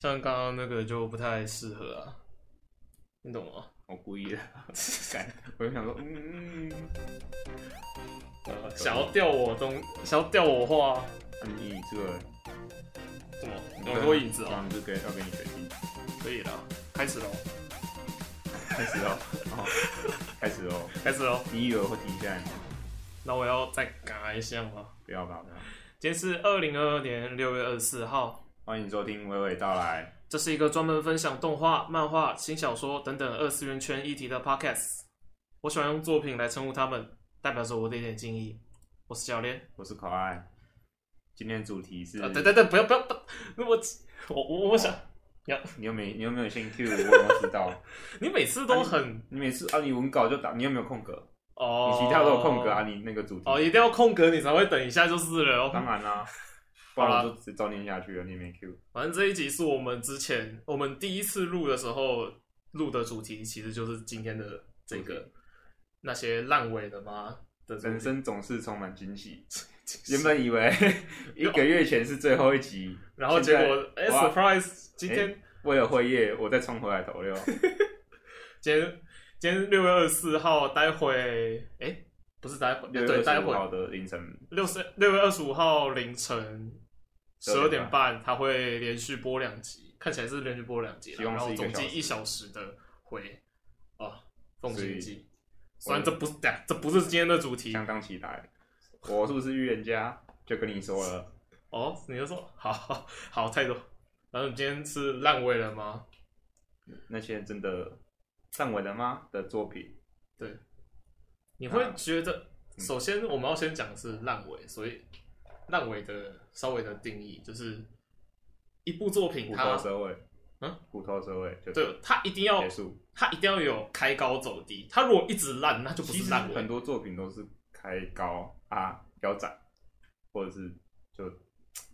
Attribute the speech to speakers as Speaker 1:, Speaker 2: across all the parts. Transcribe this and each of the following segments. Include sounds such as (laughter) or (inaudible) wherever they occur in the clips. Speaker 1: 像刚刚那个就不太适合啊，你懂吗？
Speaker 2: 我故意的，干，我就想说，嗯，
Speaker 1: 呃，想要调我东，想要调我话，
Speaker 2: 你椅子了，
Speaker 1: 怎么有多椅子
Speaker 2: 然
Speaker 1: 哦？
Speaker 2: 啊后就给要给你决定，
Speaker 1: 可以了，开始喽，
Speaker 2: 开始哦，哦，开始哦，
Speaker 1: 开始喽。
Speaker 2: 你以为我会停下来吗？
Speaker 1: 那我要再嘎一下吗？
Speaker 2: 不要吧，不要。
Speaker 1: 今天是二零二二年六月二十四号，
Speaker 2: 欢迎收听娓娓道来，
Speaker 1: 这是一个专门分享动画、漫画、新小说等等二次元圈议题的 podcast。我喜欢用作品来称呼他们，代表着我的一点敬意。我是教练。
Speaker 2: 我是可爱。今天主题是，
Speaker 1: 啊，等等等，不要不要不要，我我我我想，
Speaker 2: 你有没你有没有先 Q 我？我都知道。
Speaker 1: 你每次都很
Speaker 2: 你每次啊，你文稿就打，你有没有空格？
Speaker 1: 哦，
Speaker 2: 啊你其他都有空格啊，你那个主题。
Speaker 1: 哦，一定要空格你才会等一下就是了
Speaker 2: 当
Speaker 1: 哦。(laughs)
Speaker 2: 然啦、不然我就直接照念下去了，你没 Q。
Speaker 1: 反正这一集是我们之前我们第一次录的时候录的主题，其实就是今天的这
Speaker 2: 主
Speaker 1: 个那些烂尾的吗？的主题
Speaker 2: 人生总是充满惊喜。原本以为一个月前是最后一集，
Speaker 1: (laughs) 然后结
Speaker 2: 现在
Speaker 1: 果哎、
Speaker 2: 哇
Speaker 1: surprise，今天、
Speaker 2: 为了辉夜，我再冲回
Speaker 1: (laughs)
Speaker 2: 来投六。
Speaker 1: 今天今天六月二十四号，待会哎、不是待会
Speaker 2: 六月
Speaker 1: 对，待
Speaker 2: 二十
Speaker 1: 会
Speaker 2: 五号的凌晨，
Speaker 1: 六十六月二十五号凌晨十二点半，它会连续播两集，看起来是连续播两集啦，
Speaker 2: 希望
Speaker 1: 然
Speaker 2: 是
Speaker 1: 后
Speaker 2: 一个
Speaker 1: 总计
Speaker 2: 小时
Speaker 1: 一小时的回啊，奉行
Speaker 2: 所
Speaker 1: 记。虽然这不是这这不是今天的主题
Speaker 2: 相当期待。我是不是预言家？就跟你说了，
Speaker 1: 哦，你就说好好好太多。然后你今天是烂尾了吗？
Speaker 2: 那些真的上尾了吗的作品，
Speaker 1: 你会
Speaker 2: 嗯
Speaker 1: 觉得，首先我们要先讲的是烂尾，所以烂尾的稍微的定义就是一部作品
Speaker 2: 虎
Speaker 1: 它
Speaker 2: 头蛇尾。
Speaker 1: 嗯，
Speaker 2: 虎头蛇尾就
Speaker 1: 对哦它一定要
Speaker 2: 结束。
Speaker 1: 它一定要有开高走低，它如果一直烂，那就不
Speaker 2: 其
Speaker 1: 是
Speaker 2: 实
Speaker 1: 烂
Speaker 2: 很
Speaker 1: 尾。
Speaker 2: 多作品都是开高啊腰斩，或者是就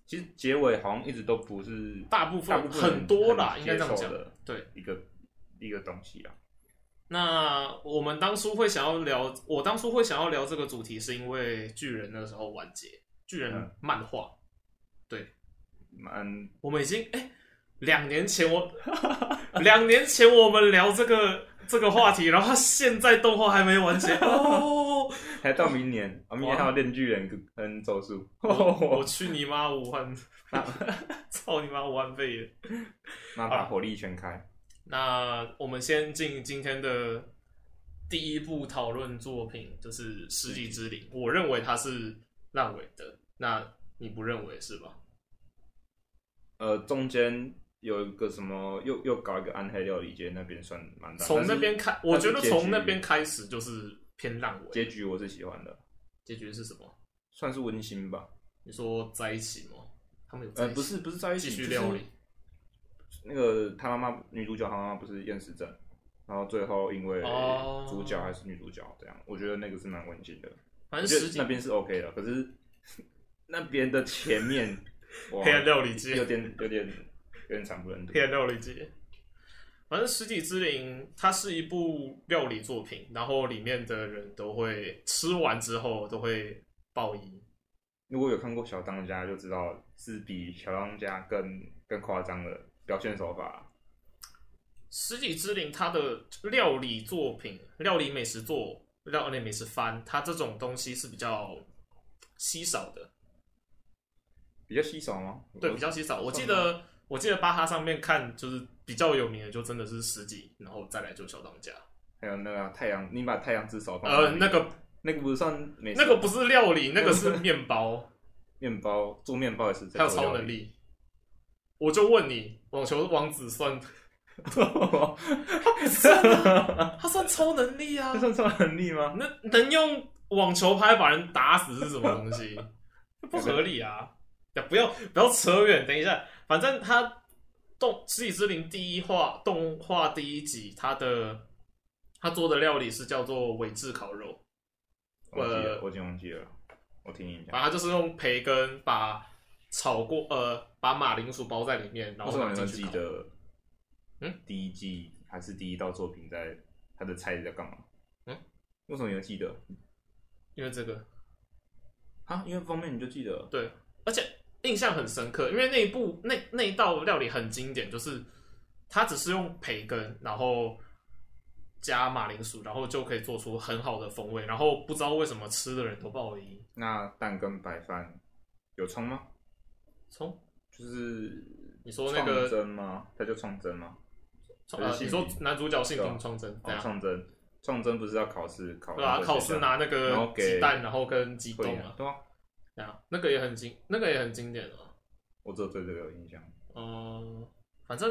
Speaker 2: 其实结尾好像一直都不是
Speaker 1: 大部分
Speaker 2: 大部分
Speaker 1: 很多啦，
Speaker 2: 很
Speaker 1: 应该这样
Speaker 2: 接
Speaker 1: 讲
Speaker 2: 受。的
Speaker 1: 对，
Speaker 2: 一个一个东西啊。
Speaker 1: 那我们当初会想要聊，我当初会想要聊这个主题，是因为巨人那时候完结，巨人
Speaker 2: 嗯
Speaker 1: 漫画，
Speaker 2: 嗯，
Speaker 1: 我们已经哎，两、年前
Speaker 2: (laughs)
Speaker 1: 我两年前我们聊这个这个话题，然后现在动画还没完
Speaker 2: (laughs)
Speaker 1: 结哦，
Speaker 2: 还到明年，啊，明年还有《炼巨人》跟《咒术》
Speaker 1: 我
Speaker 2: 我，
Speaker 1: 去你妈武汉，操你妈武汉肺炎！
Speaker 2: (laughs) 那把火力全开。
Speaker 1: 那我们先进今天的第一部讨论作品，就是《世纪之灵》。我认为它是烂尾的，那你不认为是吧？
Speaker 2: 呃，中间有一个什么，又又搞一个暗黑料理街，那边算蛮大。
Speaker 1: 从
Speaker 2: 但是
Speaker 1: 那边开，
Speaker 2: 是
Speaker 1: 我觉得
Speaker 2: 结局
Speaker 1: 从那边开始就是偏烂尾。
Speaker 2: 结局我是喜欢的，
Speaker 1: 结局是什么？
Speaker 2: 算是温馨吧。
Speaker 1: 你说在一起吗？他们有在
Speaker 2: 呃，
Speaker 1: 一起？
Speaker 2: 不是不是在一起
Speaker 1: 继续
Speaker 2: 就是
Speaker 1: 料理。
Speaker 2: 那个他妈妈女主角她妈妈不是厌食症，然后最后因为
Speaker 1: 哦
Speaker 2: 主角还是女主角这样，我觉得那个是蛮温馨的。
Speaker 1: 反正
Speaker 2: 我觉
Speaker 1: 十
Speaker 2: 得
Speaker 1: 几
Speaker 2: 那边是 OK 的，可是那边的前
Speaker 1: (laughs)
Speaker 2: 面哇
Speaker 1: 黑暗料理
Speaker 2: 有
Speaker 1: 街，
Speaker 2: 点有点有点惨不忍睹
Speaker 1: 黑。暗料理街。反正《实体之灵》它是一部料理作品，然后里面的人都会吃完之后都会爆衣，
Speaker 2: 如果有看过《小当家》就知道，是比《小当家更》更夸张的表现手法。
Speaker 1: 十几之灵，它的料理作品、料理美食做、料理美食番，它这种东西是比较稀少的，
Speaker 2: 比较稀少吗？
Speaker 1: 对，
Speaker 2: 我
Speaker 1: 比较稀少。我记
Speaker 2: 算
Speaker 1: 得，我记得巴哈上面看，就是比较有名的，就真的是十几，然后再来就小当家。
Speaker 2: 还有那个太阳，你把太阳之手放哪
Speaker 1: 呃，
Speaker 2: 里
Speaker 1: 那个
Speaker 2: 哦那个不是算美食
Speaker 1: 那个不是料理，那个是面包，
Speaker 2: 面包做面包也是这
Speaker 1: 还有
Speaker 2: 种
Speaker 1: 超
Speaker 2: 料
Speaker 1: 能
Speaker 2: 理。
Speaker 1: 力。我就问你，网球王子算 (laughs) 他算超能力啊
Speaker 2: 这？算超能力吗？
Speaker 1: 那能用网球拍把人打死是什么东西？ (laughs) 不合理啊！呀，不要不要扯远，等一下，反正他动《世纪之灵》第一话动画第一集，他的他做的料理是叫做伪制烤肉，
Speaker 2: 忘记
Speaker 1: 呃
Speaker 2: 了，我已经忘记了，我听你
Speaker 1: 反
Speaker 2: 讲。
Speaker 1: 正他就是用培根把炒过呃把马铃薯包在里面，然
Speaker 2: 为
Speaker 1: 后
Speaker 2: 什么
Speaker 1: 拿进
Speaker 2: 你
Speaker 1: 去
Speaker 2: 们记
Speaker 1: 烤。
Speaker 2: 得？
Speaker 1: 啊嗯，
Speaker 2: 第一季还是第一道作品在他的菜在干嘛？
Speaker 1: 嗯，
Speaker 2: 为什么你会记得？
Speaker 1: 因为这个
Speaker 2: 啊，因为封面你就记得。
Speaker 1: 对，而且印象很深刻，因为那一部那那一道料理很经典，就是它只是用培根，然后加马铃薯，然后就可以做出很好的风味。然后不知道为什么吃的人都爆一
Speaker 2: 那蛋跟白饭有葱吗？
Speaker 1: 葱，
Speaker 2: 就是
Speaker 1: 你说那个
Speaker 2: 创真吗？它叫创真吗？
Speaker 1: 葱
Speaker 2: 还
Speaker 1: 呃，
Speaker 2: 是
Speaker 1: 你
Speaker 2: 杏
Speaker 1: 说
Speaker 2: 仁
Speaker 1: 男主角姓
Speaker 2: 对啊
Speaker 1: 名创真怎
Speaker 2: 哦，
Speaker 1: 样？
Speaker 2: 创真，创真不是要考试考？
Speaker 1: 对啊，考试拿那
Speaker 2: 然
Speaker 1: 个
Speaker 2: 后给
Speaker 1: 鸡蛋，然后跟鸡
Speaker 2: 会
Speaker 1: 冻
Speaker 2: 啊
Speaker 1: 嘛，，
Speaker 2: 对啊，
Speaker 1: 对啊，那个也很经，那个也很经典啊。
Speaker 2: 我只有对这个有印象。
Speaker 1: 嗯，反正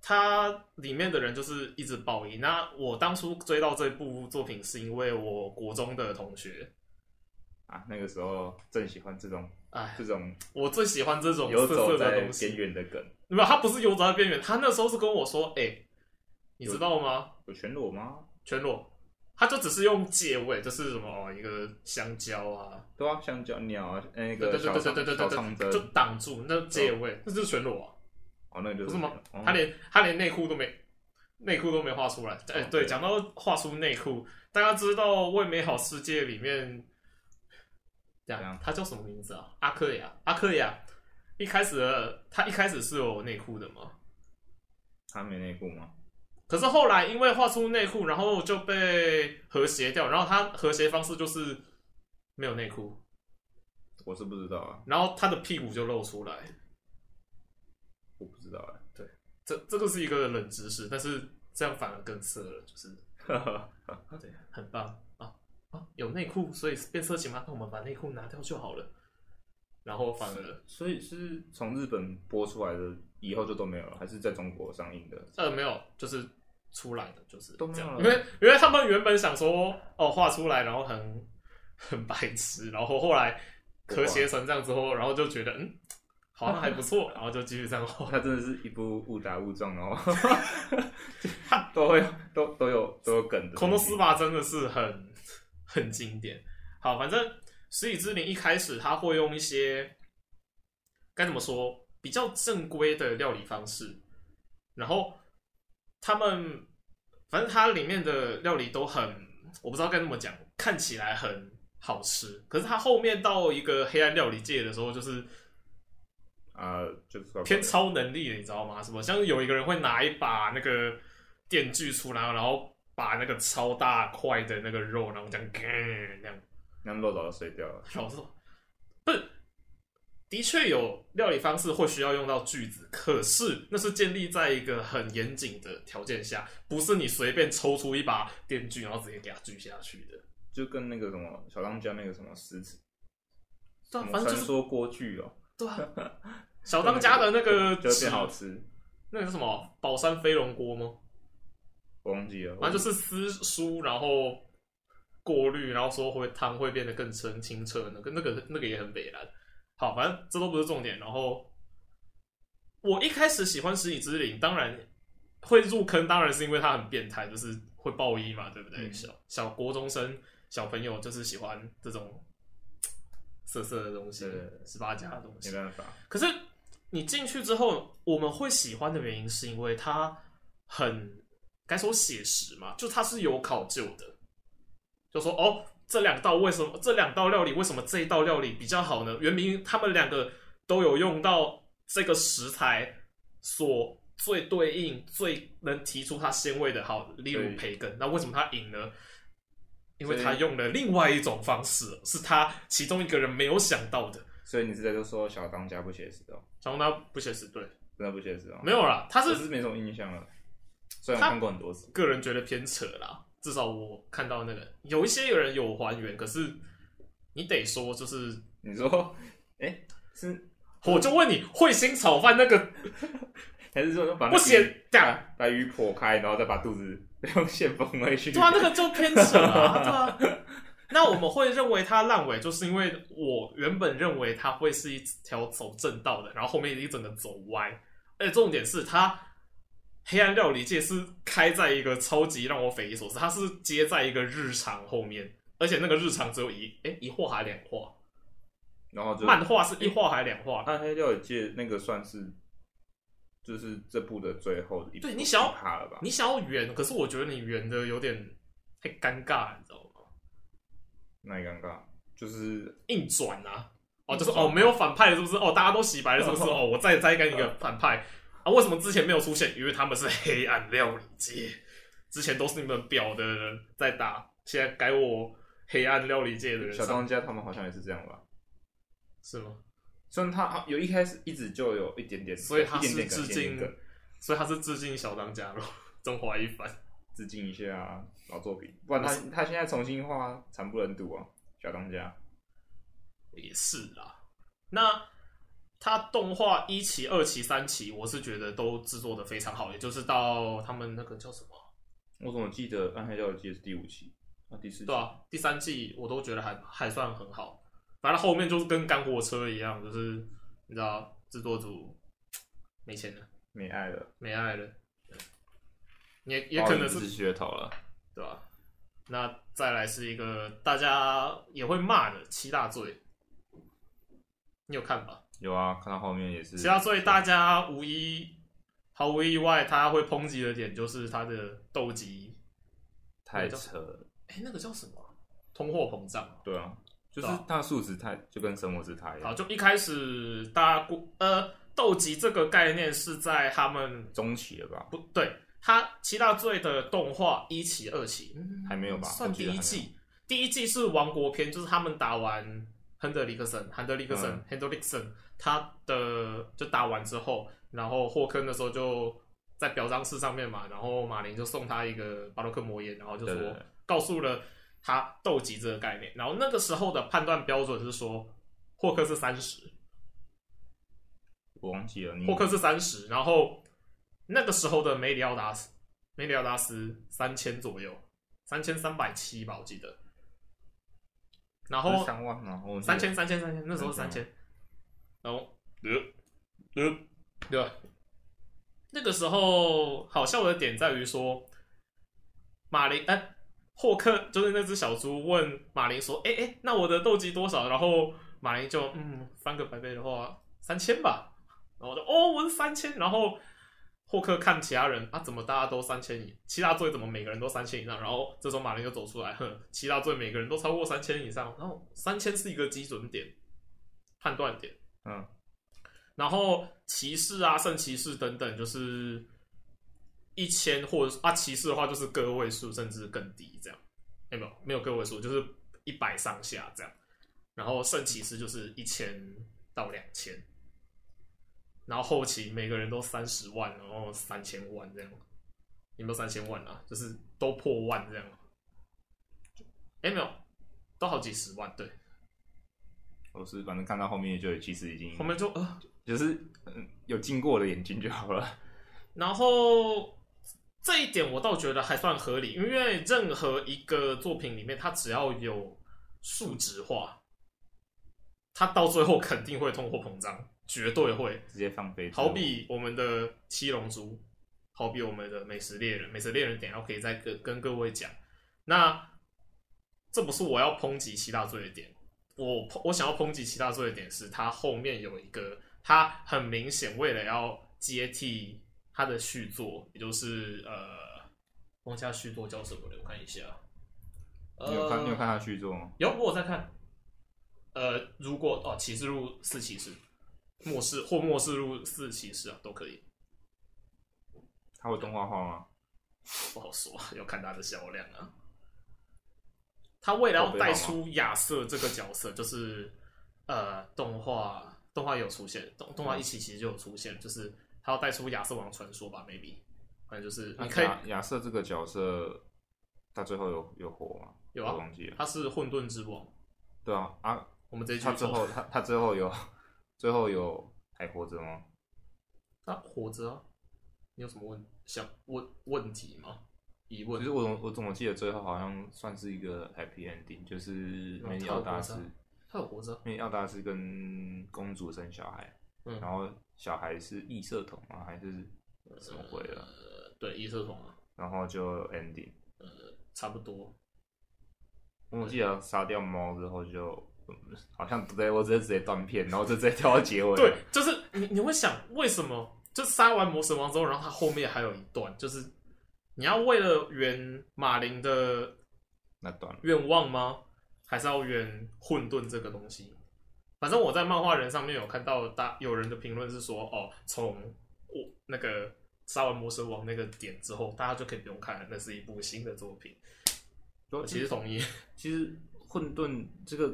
Speaker 1: 它里面的人就是一直爆音。那我当初追到这部作品，是因为我国中的同学。
Speaker 2: 啊，那个时候正喜欢这种
Speaker 1: 哎，
Speaker 2: 这种
Speaker 1: 我最喜欢这种
Speaker 2: 游
Speaker 1: 色
Speaker 2: 走
Speaker 1: 色的
Speaker 2: 在
Speaker 1: 东
Speaker 2: 边
Speaker 1: 西。
Speaker 2: 缘的梗，
Speaker 1: 没有，他不是游走在边缘，他那时候是跟我说：“哎、你知道吗？
Speaker 2: 有全裸吗？
Speaker 1: 全裸。”他就只是用借位，就是什么、哦、一个香蕉啊，
Speaker 2: 对啊，香蕉鸟啊，
Speaker 1: 对
Speaker 2: 那个
Speaker 1: 对对
Speaker 2: 小
Speaker 1: 对
Speaker 2: 长
Speaker 1: 对对
Speaker 2: 小
Speaker 1: 对
Speaker 2: 长
Speaker 1: 对，就
Speaker 2: 针，
Speaker 1: 挡住那借位，那就是全裸啊。
Speaker 2: 哦，那个就
Speaker 1: 不是吗
Speaker 2: 哦
Speaker 1: 他连他连内裤都没内裤都没画出来。哎、对，
Speaker 2: 对
Speaker 1: 讲到画出内裤，大家知道《为美好世界》里面，这
Speaker 2: 怎样
Speaker 1: 样他叫什么名字啊？阿克雅，阿克雅。一开始的他一开始是有内裤的嘛，
Speaker 2: 他没内裤吗？
Speaker 1: 可是后来因为画出内裤，然后就被和谐掉，然后他和谐方式就是没有内裤，
Speaker 2: 我是不知道啊，
Speaker 1: 然后他的屁股就露出来。
Speaker 2: 我不知道啊。
Speaker 1: 这这个是一个冷知识，但是这样反而更色了，就是
Speaker 2: 啊 (laughs)
Speaker 1: 对，很棒啊啊！有内裤，所以变色情吗？那我们把内裤拿掉就好了。然后反而
Speaker 2: 所以是从日本播出来的，以后就都没有了，还是在中国上映的？
Speaker 1: 呃没有，就是出来的就是
Speaker 2: 都没
Speaker 1: 这样
Speaker 2: 有了
Speaker 1: 因为因为他们原本想说哦画出来，然后很很白痴，然后后来
Speaker 2: 啊
Speaker 1: 和谐成这样之后，然后就觉得嗯好像还不错，然后就继续这样画。
Speaker 2: 它真的是一部误打误
Speaker 1: (laughs)
Speaker 2: 撞哦，都会都都有都有梗的东西。
Speaker 1: 孔诺斯巴真的是很很经典。好，反正《食蚁之灵》一开始他会用一些该怎么说比较正规的料理方式，然后他们反正它里面的料理都很，我不知道该怎么讲，看起来很好吃，可是它后面到一个黑暗料理界的时候，就是
Speaker 2: 啊，就是说
Speaker 1: 偏超能力的，你知道吗？什么像有一个人会拿一把那个电锯出来，然后把那个超大块的那个肉，然后这样，这样，
Speaker 2: 那肉早就碎掉了。
Speaker 1: 然后说，不是，的确有料理方式会需要用到锯子，可是那是建立在一个很严谨的条件下，不是你随便抽出一把电锯，然后直接给它锯下去的。
Speaker 2: 就跟那个什么小当家那个什么狮子，
Speaker 1: 对、
Speaker 2: 什
Speaker 1: 啊，
Speaker 2: 么
Speaker 1: 反正
Speaker 2: 传
Speaker 1: 就是
Speaker 2: 说锅具哦，
Speaker 1: 对、啊，
Speaker 2: (laughs)
Speaker 1: 小当家的那个
Speaker 2: 就
Speaker 1: 纸
Speaker 2: 变好吃，
Speaker 1: 那个是什么宝山飞龙锅吗？
Speaker 2: 我忘记了。
Speaker 1: 反正就是撕书，然后过滤，然后说会汤会变得更清清澈，那个那个那个也很北蓝。好，反正这都不是重点。然后我一开始喜欢《食蚁之灵》，当然会入坑，当然是因为它很变态，就是会爆衣嘛，对不对？
Speaker 2: 嗯
Speaker 1: 小小国中生小朋友就是喜欢这种色色的东西
Speaker 2: 对对对，
Speaker 1: 十八加的东
Speaker 2: 没
Speaker 1: 西。
Speaker 2: 办法，
Speaker 1: 可是你进去之后，我们会喜欢的原因是因为它很该说写实嘛，就它是有考究的，就说哦，这两道为什么这两道料理为什么这一道料理比较好呢？原明他们两个都有用到这个食材所。最对应、最能提出它鲜味的，好，例
Speaker 2: 对
Speaker 1: 如培根。那为什么它赢呢？因为
Speaker 2: 所以
Speaker 1: 他用了另外一种方式，是他其中一个人没有想到的。
Speaker 2: 所以你是在就说小当家不写实哦，
Speaker 1: 小红他不写实，对，
Speaker 2: 真的不写实哦，
Speaker 1: 没有啦，他
Speaker 2: 我
Speaker 1: 是
Speaker 2: 是没什么印象了。虽然
Speaker 1: 他
Speaker 2: 我看过很多次，
Speaker 1: 个人觉得偏扯啦，至少我看到那个有一些人有还原，可是你得说就是，
Speaker 2: 你说，哎、是
Speaker 1: 我就问你，彗星炒饭那个
Speaker 2: 还是说把那
Speaker 1: 不写
Speaker 2: 把
Speaker 1: 干，
Speaker 2: 把鱼剖开，然后再把肚子 (laughs) 用线缝回去？
Speaker 1: 对啊，那个就偏扯啊，对啊。那我们会认为它烂尾，就是因为我原本认为它会是一条走正道的，然后后面一整个走歪。而且重点是，它黑暗料理界是开在一个超级让我匪夷所思，它是接在一个日常后面，而且那个日常只有一哎、一画还两画，
Speaker 2: 然后就
Speaker 1: 漫画是一画还两画。
Speaker 2: 暗黑料理界那个算是就是这部的最后一
Speaker 1: 对你想要
Speaker 2: 卡了吧？
Speaker 1: 你想要圆，可是我觉得你圆的有点太尴尬了，你知道吗？
Speaker 2: 那也尴尬，就是
Speaker 1: 硬转啊！哦，就是哦，没有反派了，是不是？哦，大家都洗白了，是不
Speaker 2: 嗯
Speaker 1: 是？哦，我再再跟一个反派啊？为什么之前没有出现？因为他们是黑暗料理界，之前都是你们表的人在打，现在改我黑暗料理界的人
Speaker 2: 小
Speaker 1: 上，
Speaker 2: 当家他们好像也是这样吧？
Speaker 1: 是吗？
Speaker 2: 虽然他有一开始一直就有一点点，
Speaker 1: 所以他
Speaker 2: 一点
Speaker 1: 是
Speaker 2: 点梗
Speaker 1: 致
Speaker 2: 一点
Speaker 1: 敬
Speaker 2: 点梗，
Speaker 1: 所以他是致敬小当家咯，中华一番。
Speaker 2: 致敬一下啊老作品，不然他他现在重新画惨不忍睹啊，小当家。
Speaker 1: 也是啦。那它动画一期、二期、三期，我是觉得都制作的非常好，也就是到他们那个叫什么？
Speaker 2: 我怎么记得《暗黑料理记》是第五期啊，第四期？
Speaker 1: 对啊，第三季我都觉得还还算很好，反正后面就是跟干火车一样，就是你知道制作组没钱了，
Speaker 2: 没爱了，
Speaker 1: 没爱了，也也可能是
Speaker 2: 噱头了。
Speaker 1: 对吧、那再来是一个大家也会骂的七大罪，你有看吧？
Speaker 2: 有啊，看到后面也是。
Speaker 1: 其他最大家无一毫无意外，他会抨击的点就是他的斗鸡，
Speaker 2: 太扯了，
Speaker 1: 哎、那个叫什么啊？通货膨胀啊。
Speaker 2: 对啊，就是
Speaker 1: 对啊
Speaker 2: 他的素质太就跟生活是太一
Speaker 1: 好，
Speaker 2: 样。
Speaker 1: 就一开始大家估呃斗鸡这个概念是在他们
Speaker 2: 中期了吧？
Speaker 1: 不对，他七大罪的动画一期、二期，嗯
Speaker 2: 还没有吧
Speaker 1: 算
Speaker 2: 我记
Speaker 1: 第
Speaker 2: 得还
Speaker 1: 一
Speaker 2: 没有
Speaker 1: 季，第一季是王国篇，就是他们打完亨德里克森、亨德里克森、
Speaker 2: 嗯
Speaker 1: 亨德里克森，他的就打完之后，然后霍坑的时候就在表彰式上面嘛，然后马林就送他一个巴洛克魔眼，然后就说
Speaker 2: 对对对
Speaker 1: 告诉了他斗鸡这个概念，然后那个时候的判断标准是说霍克是三十，
Speaker 2: 我忘记了。你
Speaker 1: 霍克是三十，然后那个时候的梅里奥达斯，梅里奥达斯三千左右，三千三百七吧，我记得。然
Speaker 2: 不
Speaker 1: 后
Speaker 2: 是三万吗？我忘记
Speaker 1: 三
Speaker 2: 了
Speaker 1: 千三千三千，那时候三
Speaker 2: 三千
Speaker 1: 千，然后呃呃，对吧，那个时候好笑的点在于说，马林哎、霍克就是那只小猪问马林说，哎、哎、那我的斗鸡多少？然后马林就嗯翻个白倍的话三千吧，然后我就哦我是三千，然后。霍克看其他人啊，怎么大家都三千以，七大罪怎么每个人都三千以上？然后这时候马林就走出来，哼，七大罪每个人都超过三千以上，然后三千是一个基准点，判断点。
Speaker 2: 嗯，
Speaker 1: 然后骑士啊、圣骑士等等，就是一千或者啊，骑士的话就是个位数，甚至更低这样。哎没有没有个位数，就是一百上下这样。然后圣骑士就是一千到两千，然后后期每个人都三十万，然后三千万这样，有没有三千万啊？就是都破万这样。哎，没有，都好几十万，对。
Speaker 2: 我是反正看到后面就其实已经
Speaker 1: 我们就呃，
Speaker 2: 就是嗯有经过我的眼睛就好了。
Speaker 1: 然后这一点我倒觉得还算合理，因为任何一个作品里面，它只要有数值化，它到最后肯定会通货膨胀，绝对会。
Speaker 2: 直接放飞自我。
Speaker 1: 好比我们的《七龙珠》，好比我们的《美食猎人》，《美食猎人》等一下可以再跟跟各位讲。那这不是我要抨击七大罪的点，我我想要抨击七大罪的点是，它后面有一个，它很明显为了要接替它的续作，也就是呃，忘记它续作叫什么了，我看一下。
Speaker 2: 你有看
Speaker 1: 呃
Speaker 2: 你有看他续作吗？
Speaker 1: 有，我有在看。呃，如果哦，启示录四骑士，末世或末世录四骑士啊，都可以，
Speaker 2: 他有动画化吗？
Speaker 1: 不好说， (laughs) 要看它的销量啊。他为了要带出亚瑟这个角色，就是呃，动画动画有出现，动动画一期其实就有出现，就是他要带出亚瑟王传说吧，maybe，反正就是你可以，
Speaker 2: 亚亚瑟这个角色，他最后有有火吗？
Speaker 1: 有啊
Speaker 2: 我忘记了。
Speaker 1: 他是混沌之王，
Speaker 2: 对啊，啊，
Speaker 1: 我们这一句
Speaker 2: 他最后他他最后有最后有还活着吗？
Speaker 1: 他活着啊，你有什么问想问问题吗？疑问
Speaker 2: 其实我怎么我怎么记得最后好像算是一个 happy ending，就是
Speaker 1: 嗯
Speaker 2: 梅里奥达斯
Speaker 1: 他有活着，他有活着。
Speaker 2: 梅里奥达斯跟公主生小孩，
Speaker 1: 嗯
Speaker 2: 然后小孩是异色瞳吗？还是什么鬼了？
Speaker 1: 呃，对，异色瞳啊，
Speaker 2: 然后就 ending。
Speaker 1: 差不多。
Speaker 2: 我记得杀掉猫之后就，嗯好像对我直接直接断片，然后就直接跳到结尾。
Speaker 1: 对，，就是你你会想，为什么就杀完魔神王之后，然后他后面还有一段，就是你要为了圆马林的
Speaker 2: 那断了。
Speaker 1: 愿望吗？还是要圆混沌这个东西？反正我在漫画人上面有看到大有人的评论是说，哦，从我那个杀完魔神王那个点之后，大家就可以不用看了，那是一部新的作品。我其实同意，
Speaker 2: 其实混沌这个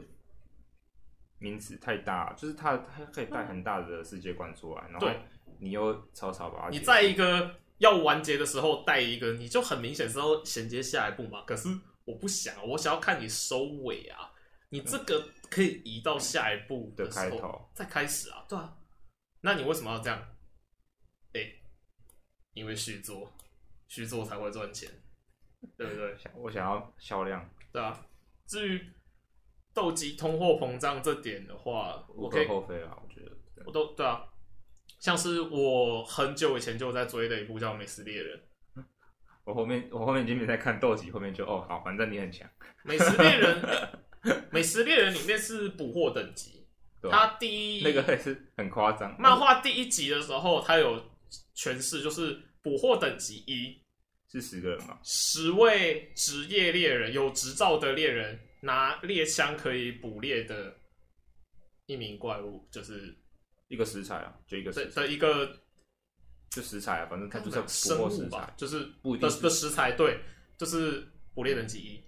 Speaker 2: 名词太大，就是它它可以带很大的世界观出来，然后
Speaker 1: 对
Speaker 2: 你又草草把它
Speaker 1: 你
Speaker 2: 结束
Speaker 1: 在一个要完结的时候带一个，你就很明显是要衔接下一步嘛。可是我不想，我想要看你收尾啊，你这个可以移到下一步
Speaker 2: 的
Speaker 1: 时
Speaker 2: 开
Speaker 1: 候
Speaker 2: 头，
Speaker 1: 再开始啊，对啊。那你为什么要这样？哎、因为续作，续作才会赚钱，对不对？
Speaker 2: 想我想要销量
Speaker 1: 对啊。至于斗鸡通货膨胀这点的话，
Speaker 2: 无
Speaker 1: 我可
Speaker 2: 可
Speaker 1: 以，
Speaker 2: 厚非啊，我觉得
Speaker 1: 我都对啊。像是我很久以前就在追的一部叫《美食猎人》，
Speaker 2: 我后面我后面已经没在看斗技，后面就哦好，反正你很强，
Speaker 1: 《美食猎人》《美食猎人》里面是捕获等级，
Speaker 2: 对吧？
Speaker 1: 它第一
Speaker 2: 那个也是很夸张，
Speaker 1: 漫画第一集的时候，它有诠释，就是捕获等级一，
Speaker 2: 是十个人嘛，
Speaker 1: 十位职业猎人有执照的猎人拿猎枪可以捕猎的一名怪物，就是
Speaker 2: 一个食材啊，就一个
Speaker 1: 的
Speaker 2: 食材，
Speaker 1: 的一个
Speaker 2: 就食材啊，反正它就是要
Speaker 1: 生
Speaker 2: 捕获
Speaker 1: 物
Speaker 2: 食
Speaker 1: 吧
Speaker 2: 材，，
Speaker 1: 就是
Speaker 2: 不一
Speaker 1: 的
Speaker 2: 定是
Speaker 1: 的食材，对，就是捕猎等级一，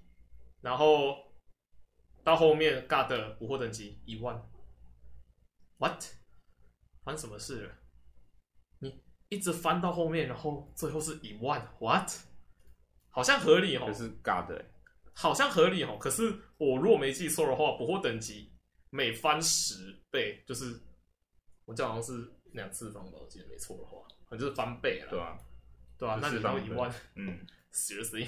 Speaker 1: 然后到后面 God 的捕获等级一万，what 发生什么事了？你一直翻到后面，然后最后是一万，what 好像合理哦，
Speaker 2: 就是 God 欸
Speaker 1: 好像合理哦。可是我如果没记错的话，捕获等级每翻十倍，就是我记得好像是两次方吧，我记得没错的话，好像就是翻倍了，
Speaker 2: 对吧？
Speaker 1: 对吧、啊
Speaker 2: 就
Speaker 1: 那你
Speaker 2: 是
Speaker 1: 到
Speaker 2: 翻
Speaker 1: 一
Speaker 2: 倍
Speaker 1: 万 (laughs)
Speaker 2: 嗯，
Speaker 1: ，seriously。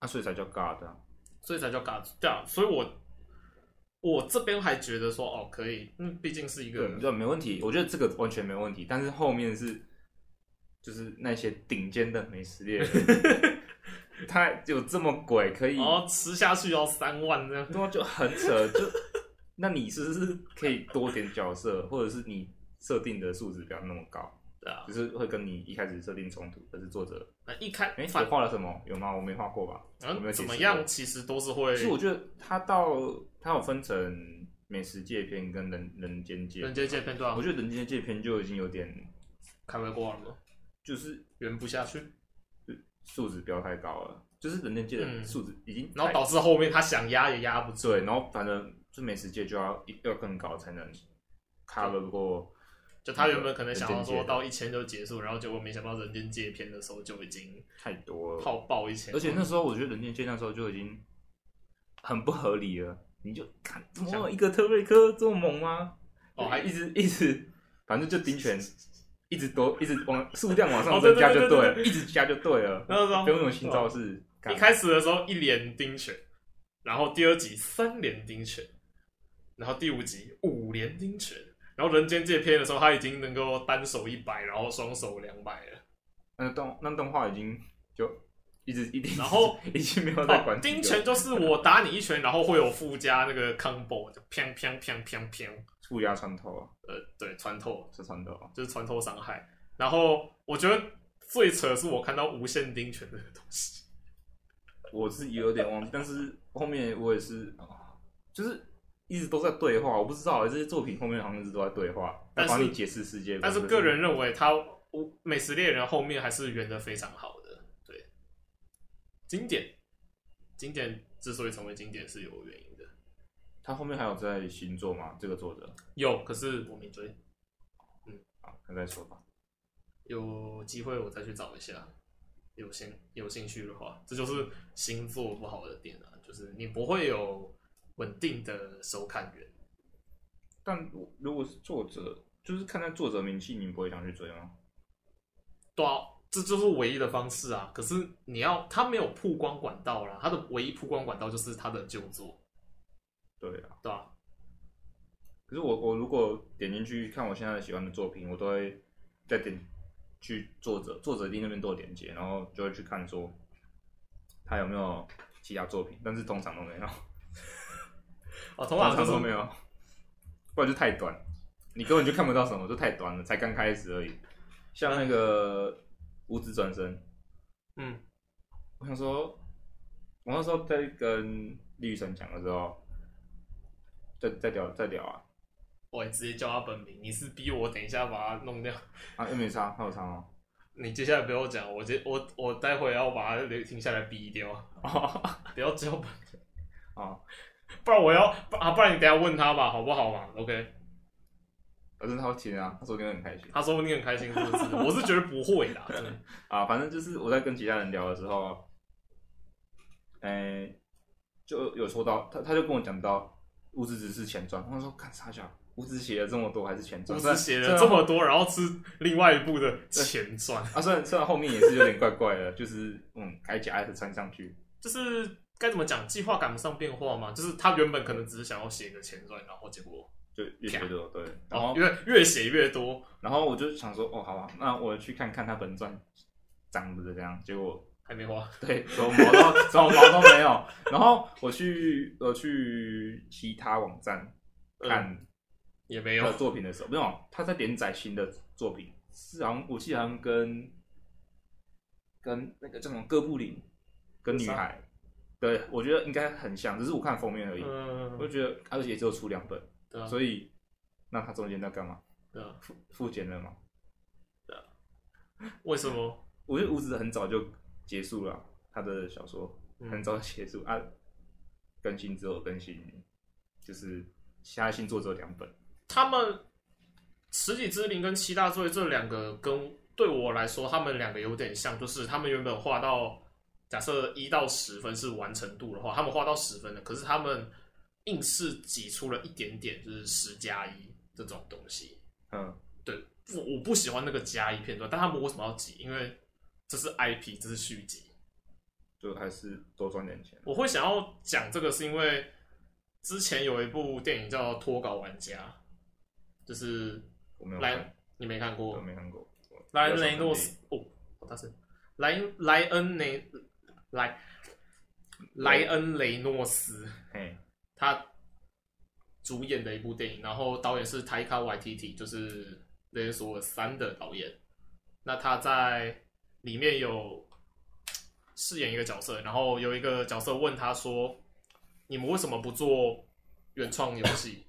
Speaker 2: 啊，所以才叫 God 啊，
Speaker 1: (laughs) 所以才叫嘎子对啊，所以我我这边还觉得说哦可以，嗯，毕竟是一个
Speaker 2: 对，这没问题，我觉得这个完全没问题。但是后面是就是那些顶尖的美食猎人，
Speaker 1: (laughs)
Speaker 2: 他有这么鬼可以，
Speaker 1: 然后哦吃下去要三万这样，
Speaker 2: 对啊，就很扯。就 (laughs) 那你是不是可以多点角色，或者是你设定的数值不要那么高，
Speaker 1: 对啊，
Speaker 2: 就是会跟你一开始设定冲突。可是作者，
Speaker 1: 那一开
Speaker 2: 哎、
Speaker 1: 反
Speaker 2: 我画了什么？有吗？我没画过吧？有没
Speaker 1: 嗯
Speaker 2: 有解释
Speaker 1: 怎么
Speaker 2: 过
Speaker 1: 样，其实都是会
Speaker 2: 其实我觉得他到他有分成美食界篇跟人人间界篇，
Speaker 1: 人间界片对啊
Speaker 2: 我，觉得人间界篇就已经有点
Speaker 1: 开胃过了吗？
Speaker 2: 就是
Speaker 1: 圆不下去，
Speaker 2: 素质不要太高了，就是人类界的
Speaker 1: 嗯
Speaker 2: 素质已经太、
Speaker 1: 然后导致后面他想压也压不住，
Speaker 2: 对，然后反正就美食界就要要更高才能 cover 过，
Speaker 1: 就他原本可能想要
Speaker 2: 人间界
Speaker 1: 说到一千就结束，然后结果没想到人间界片的时候就已经
Speaker 2: 太多了。
Speaker 1: 泡爆一千，
Speaker 2: 而且那时候我觉得人间界那时候就已经很不合理了，你就看怎么一个特瑞科这么猛吗？
Speaker 1: 哦还
Speaker 2: 一直一直，反正就丁
Speaker 1: (laughs)
Speaker 2: 权一直多一直往数量往
Speaker 1: 哦
Speaker 2: 上
Speaker 1: 对
Speaker 2: 增
Speaker 1: 对
Speaker 2: 加
Speaker 1: 对
Speaker 2: 就
Speaker 1: 对
Speaker 2: 了，
Speaker 1: 对
Speaker 2: 一直加就对了，
Speaker 1: 那时候哦
Speaker 2: 不用有新招式。
Speaker 1: 一开始的时候一连丁选，然后第二集三连丁选，然后第五集五连丁选，然后人间界篇的时候他已经能够单手一百，然后双手两百了。
Speaker 2: 那动那动画已经就一直一定，
Speaker 1: 然后
Speaker 2: 已经没有在
Speaker 1: 哦
Speaker 2: 管，这个
Speaker 1: 丁拳就是我打你一拳，然后会有附加那个 combo，就砰砰砰砰砰，
Speaker 2: 触压穿透啊，
Speaker 1: 呃，对，穿透
Speaker 2: 是穿透啊，
Speaker 1: 就是穿透伤害。然后我觉得最扯的是我看到无限丁拳这个东西，
Speaker 2: 我是有点忘记，但是后面我也是，啊就是一直都在对话，我不知道这些作品后面好像一直都在对话，
Speaker 1: 但是
Speaker 2: 帮你解释世界观，
Speaker 1: 但是
Speaker 2: 或者
Speaker 1: 个人认为他无美食猎人后面还是圆的非常好的，对，经典，经典之所以成为经典是有原因的，
Speaker 2: 他后面还有在新作吗？这个作者
Speaker 1: 有，可是我没追，
Speaker 2: 啊，他再说吧。
Speaker 1: 有机会我再去找一下，有兴有兴趣的话，这就是星座不好的点啊，就是你不会有稳定的收看源，
Speaker 2: 但我如果是作者，就是看在作者名气，你不会想去追吗？
Speaker 1: 对啊，这就是唯一的方式啊，可是你要他没有曝光管道啦，他的唯一曝光管道就是他的旧作，
Speaker 2: 对啊，
Speaker 1: 对吧、
Speaker 2: 可是我我如果点进去看我现在喜欢的作品，我都会再点去作者，作者一定那边都有连接，然后就会去看说他有没有其他作品，但是通常都没有，
Speaker 1: 哦，同
Speaker 2: 通
Speaker 1: 网
Speaker 2: 常
Speaker 1: 就是
Speaker 2: 都没有，不然就太短，你根本就看不到什么，就太短了，才刚开始而已。像那个五指转身，
Speaker 1: 嗯。
Speaker 2: 我想说，我那时候在跟李宇辰讲的时候，再再聊再聊啊
Speaker 1: 我直接叫他本名，你是逼我等一下把他弄掉。
Speaker 2: 啊，又没差，还有差吗？
Speaker 1: 你接下来不要讲，我接我我待会要把他留停下来逼掉， (laughs)
Speaker 2: 哦
Speaker 1: 不要叫本，
Speaker 2: 哦，
Speaker 1: 不然我要不啊，不然你等一下问他吧，好不好嘛？OK，
Speaker 2: 反正他会听啊，他说跟很开心
Speaker 1: 他说不定很开心，是不是？我是觉得不会的啊， (laughs) 真的
Speaker 2: 啊。反正就是我在跟其他人聊的时候，哎、就有说到他，他就跟我讲到物质只是钱赚，我说看傻小，物质写了这么多还是钱赚，
Speaker 1: 我
Speaker 2: 虽然
Speaker 1: 只写
Speaker 2: 虽
Speaker 1: 了
Speaker 2: 然
Speaker 1: 这么多，然后吃另外一部的钱赚，
Speaker 2: 啊，虽然虽然后面也是有点怪怪的，就是嗯，铠甲还是穿上去，
Speaker 1: 就是该怎么讲，计划赶不上变化嘛。就是他原本可能只是想要写个钱赚，然后结果
Speaker 2: 就越觉得对。然
Speaker 1: 哦
Speaker 2: 后，
Speaker 1: 越越写越多，
Speaker 2: 然后我就想说，哦，好吧，那我去看看他本传长得怎样。结果
Speaker 1: 还没花。
Speaker 2: 对，什么毛都什么毛都没有。然后我去我去其他网站看
Speaker 1: 也嗯没
Speaker 2: 他
Speaker 1: 有
Speaker 2: 的作品的时候，没有他在连载新的作品，是好像我记得好像跟跟那个叫什么哥布林跟
Speaker 1: 啊
Speaker 2: 女孩，对我觉得应该很像，只是我看封面而已。
Speaker 1: 嗯，
Speaker 2: 我就觉得，啊而且也只有出两本，
Speaker 1: 对啊，
Speaker 2: 所以那他中间在干嘛？
Speaker 1: 对啊，
Speaker 2: 复复检了嘛？
Speaker 1: 为什么？
Speaker 2: 我觉得五子很早就结束了啊他的小说，
Speaker 1: 嗯
Speaker 2: 很早就结束啊。更新之后更新，就是其他新作者两本，
Speaker 1: 他们十几之灵跟七大罪这两个跟对我来说，他们两个有点像，就是他们原本画到假设一到十分是完成度的话，他们画到十分了，可是他们硬是挤出了一点点，就是十加一这种东西。
Speaker 2: 嗯，
Speaker 1: 对，我我不喜欢那个加一片段，但他们为什么要挤？因为这是 IP，这是续集。
Speaker 2: 就还是多赚点钱。
Speaker 1: 我会想要讲这个，是因为之前有一部电影叫《脱稿玩家》，就是
Speaker 2: 我没有
Speaker 1: 莱
Speaker 2: 看，
Speaker 1: 你没看
Speaker 2: 我
Speaker 1: 过
Speaker 2: 没看过。我
Speaker 1: 莱恩
Speaker 2: 比较少
Speaker 1: 雷诺
Speaker 2: 看
Speaker 1: 斯哦，好大声！莱莱恩雷莱莱恩雷诺斯
Speaker 2: 电影，嘿，
Speaker 1: 他主演的一部电影，然后导演是 Taika Waititi，就是《雷神索尔三》的导演。那他在里面有饰演一个角色，然后有一个角色问他说：“你们为什么不做原创游戏？”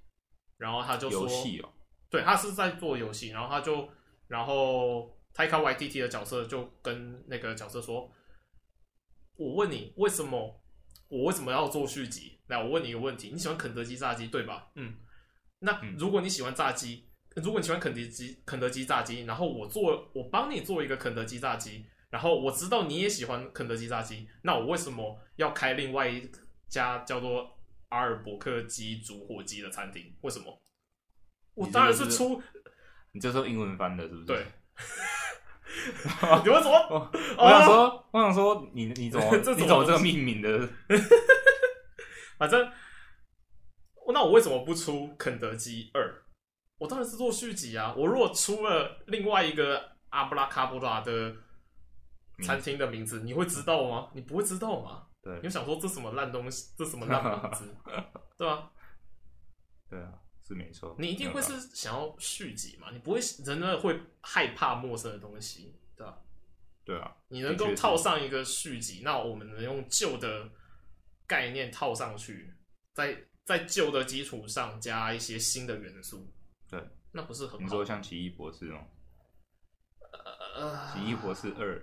Speaker 1: 然后他就说：“
Speaker 2: 游戏哦，
Speaker 1: 对他是在做游戏，然后他就，然后 Taika YTT 的角色就跟那个角色说：“我问你，为什么我为什么要做续集？来，我问你一个问题，你喜欢肯德基炸鸡对吧？嗯，那
Speaker 2: 嗯
Speaker 1: 如果你喜欢炸鸡，如果你喜欢肯德基肯德基炸鸡，然后我做我帮你做一个肯德基炸鸡，然后我知道你也喜欢肯德基炸鸡，那我为什么要开另外一家叫做阿尔伯克鸡煮火鸡的餐厅？为什么？”我
Speaker 2: 你这
Speaker 1: 当然
Speaker 2: 个
Speaker 1: 是
Speaker 2: 是
Speaker 1: 出
Speaker 2: 你这时候英文翻的，是不是？
Speaker 1: 对，你为什么？
Speaker 2: 哦 (laughs) 我想
Speaker 1: 哦，
Speaker 2: 说，我想说你，你怎么
Speaker 1: (laughs) 这什么
Speaker 2: 你怎么这个命名的？
Speaker 1: 反正那我为什么不出肯德基二？我当然是做续集啊！我如果出了另外一个阿布拉卡布拉的餐厅的名字，你会知道吗？你不会知道吗？
Speaker 2: 对
Speaker 1: 你会想说这什么烂东西，这什么烂名字，对吧、
Speaker 2: 对啊，是没错。
Speaker 1: 你一定会
Speaker 2: 没有
Speaker 1: 是想要续集嘛？你不会人呢会害怕陌生的东西，对吧、啊
Speaker 2: 办对啊，
Speaker 1: 你能
Speaker 2: 的
Speaker 1: 够
Speaker 2: 确是
Speaker 1: 套上一个续集，那我们能用旧的概念套上去，在在旧的基础上加一些新的元素，
Speaker 2: 对，
Speaker 1: 那不是很
Speaker 2: 你
Speaker 1: 好
Speaker 2: 说？像奇异博士那种，
Speaker 1: 呃，
Speaker 2: 奇异博士二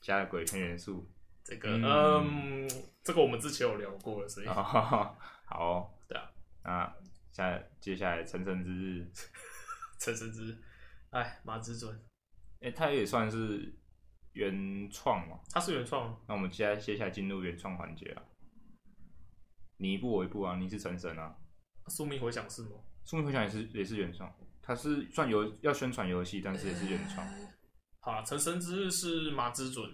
Speaker 2: 加了鬼片元素，
Speaker 1: 这个，
Speaker 2: 嗯
Speaker 1: 嗯，这个我们之前有聊过了，所以
Speaker 2: 哦， (laughs) 好哦，
Speaker 1: 对啊，
Speaker 2: 那下接下来晨晨之日，
Speaker 1: (laughs) 陈思之，哎，马之准，
Speaker 2: 哎、它也算是原创嘛。
Speaker 1: 他是原创吗，
Speaker 2: 那我们接下来接下来进入原创环节啊，你一步我一步啊，你是晨晨啊，
Speaker 1: 宿命回响是吗？
Speaker 2: 《宿命回响》也是也是原创，它是算游要宣传游戏，但是也是原创。
Speaker 1: 呃好啦，陈神之日是马之准。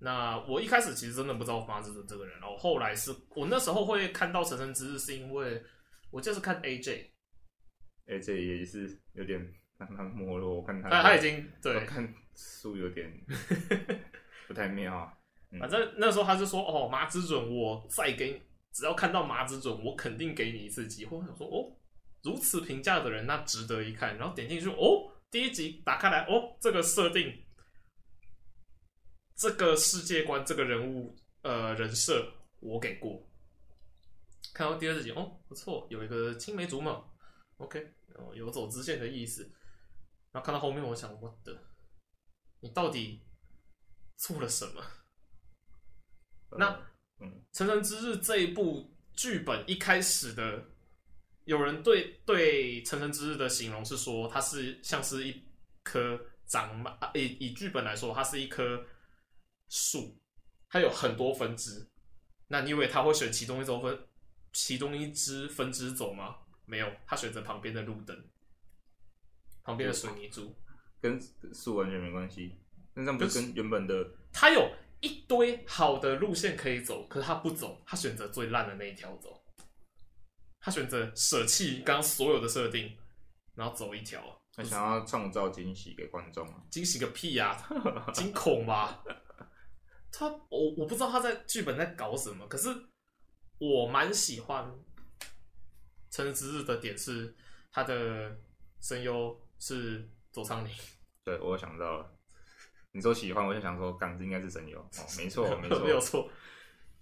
Speaker 1: 那我一开始其实真的不知道马之准这个人，然后后来是我那时候会看到陈神之日，是因为我就是看 AJ，
Speaker 2: 哎、这也是有点 (laughs) 让他没落，我看他
Speaker 1: 他他已经对
Speaker 2: 我，看书
Speaker 1: (laughs)
Speaker 2: 有点不太妙啊。
Speaker 1: 反正那时候他就说哦，麻之准，我再给你，只要看到麻之准，我肯定给你一次机会。我想说哦，如此评价的人，那值得一看。然后点进去哦，第一集打开来哦，这个设定，这个世界观，这个人物呃人设，我给过。看到第二集，哦，不错，有一个青梅竹马，OK，哦，有走直线的意思。然后看到后面，我想，我的，你到底做了什么？那
Speaker 2: 嗯，
Speaker 1: 《成人之日》这一部剧本一开始的，有人对对《成人之日》的形容是说，它是像是一棵长满啊以以剧本来说，它是一棵树，它有很多分支。那你以为他会选其中一种分，其中一支分支走吗？没有，他选择旁边的路灯，旁边的水泥柱。
Speaker 2: 跟树完全没关系。那这样不是跟原本的
Speaker 1: 他有一堆好的路线可以走，可是他不走，他选择最烂的那一条走，他选择舍弃刚刚所有的设定，然后走一条
Speaker 2: 他想要创造惊喜给观众啊？
Speaker 1: 惊喜个屁呀、惊恐吧。他我我不知道他在剧本在搞什么，可是我蛮喜欢《成人之日》的点是他的声优是左昌宁，
Speaker 2: 对，我想到了。你说喜欢，我就想说，港子应该是神游哦，没错，
Speaker 1: (laughs)
Speaker 2: 没
Speaker 1: 没有
Speaker 2: 错，
Speaker 1: 错，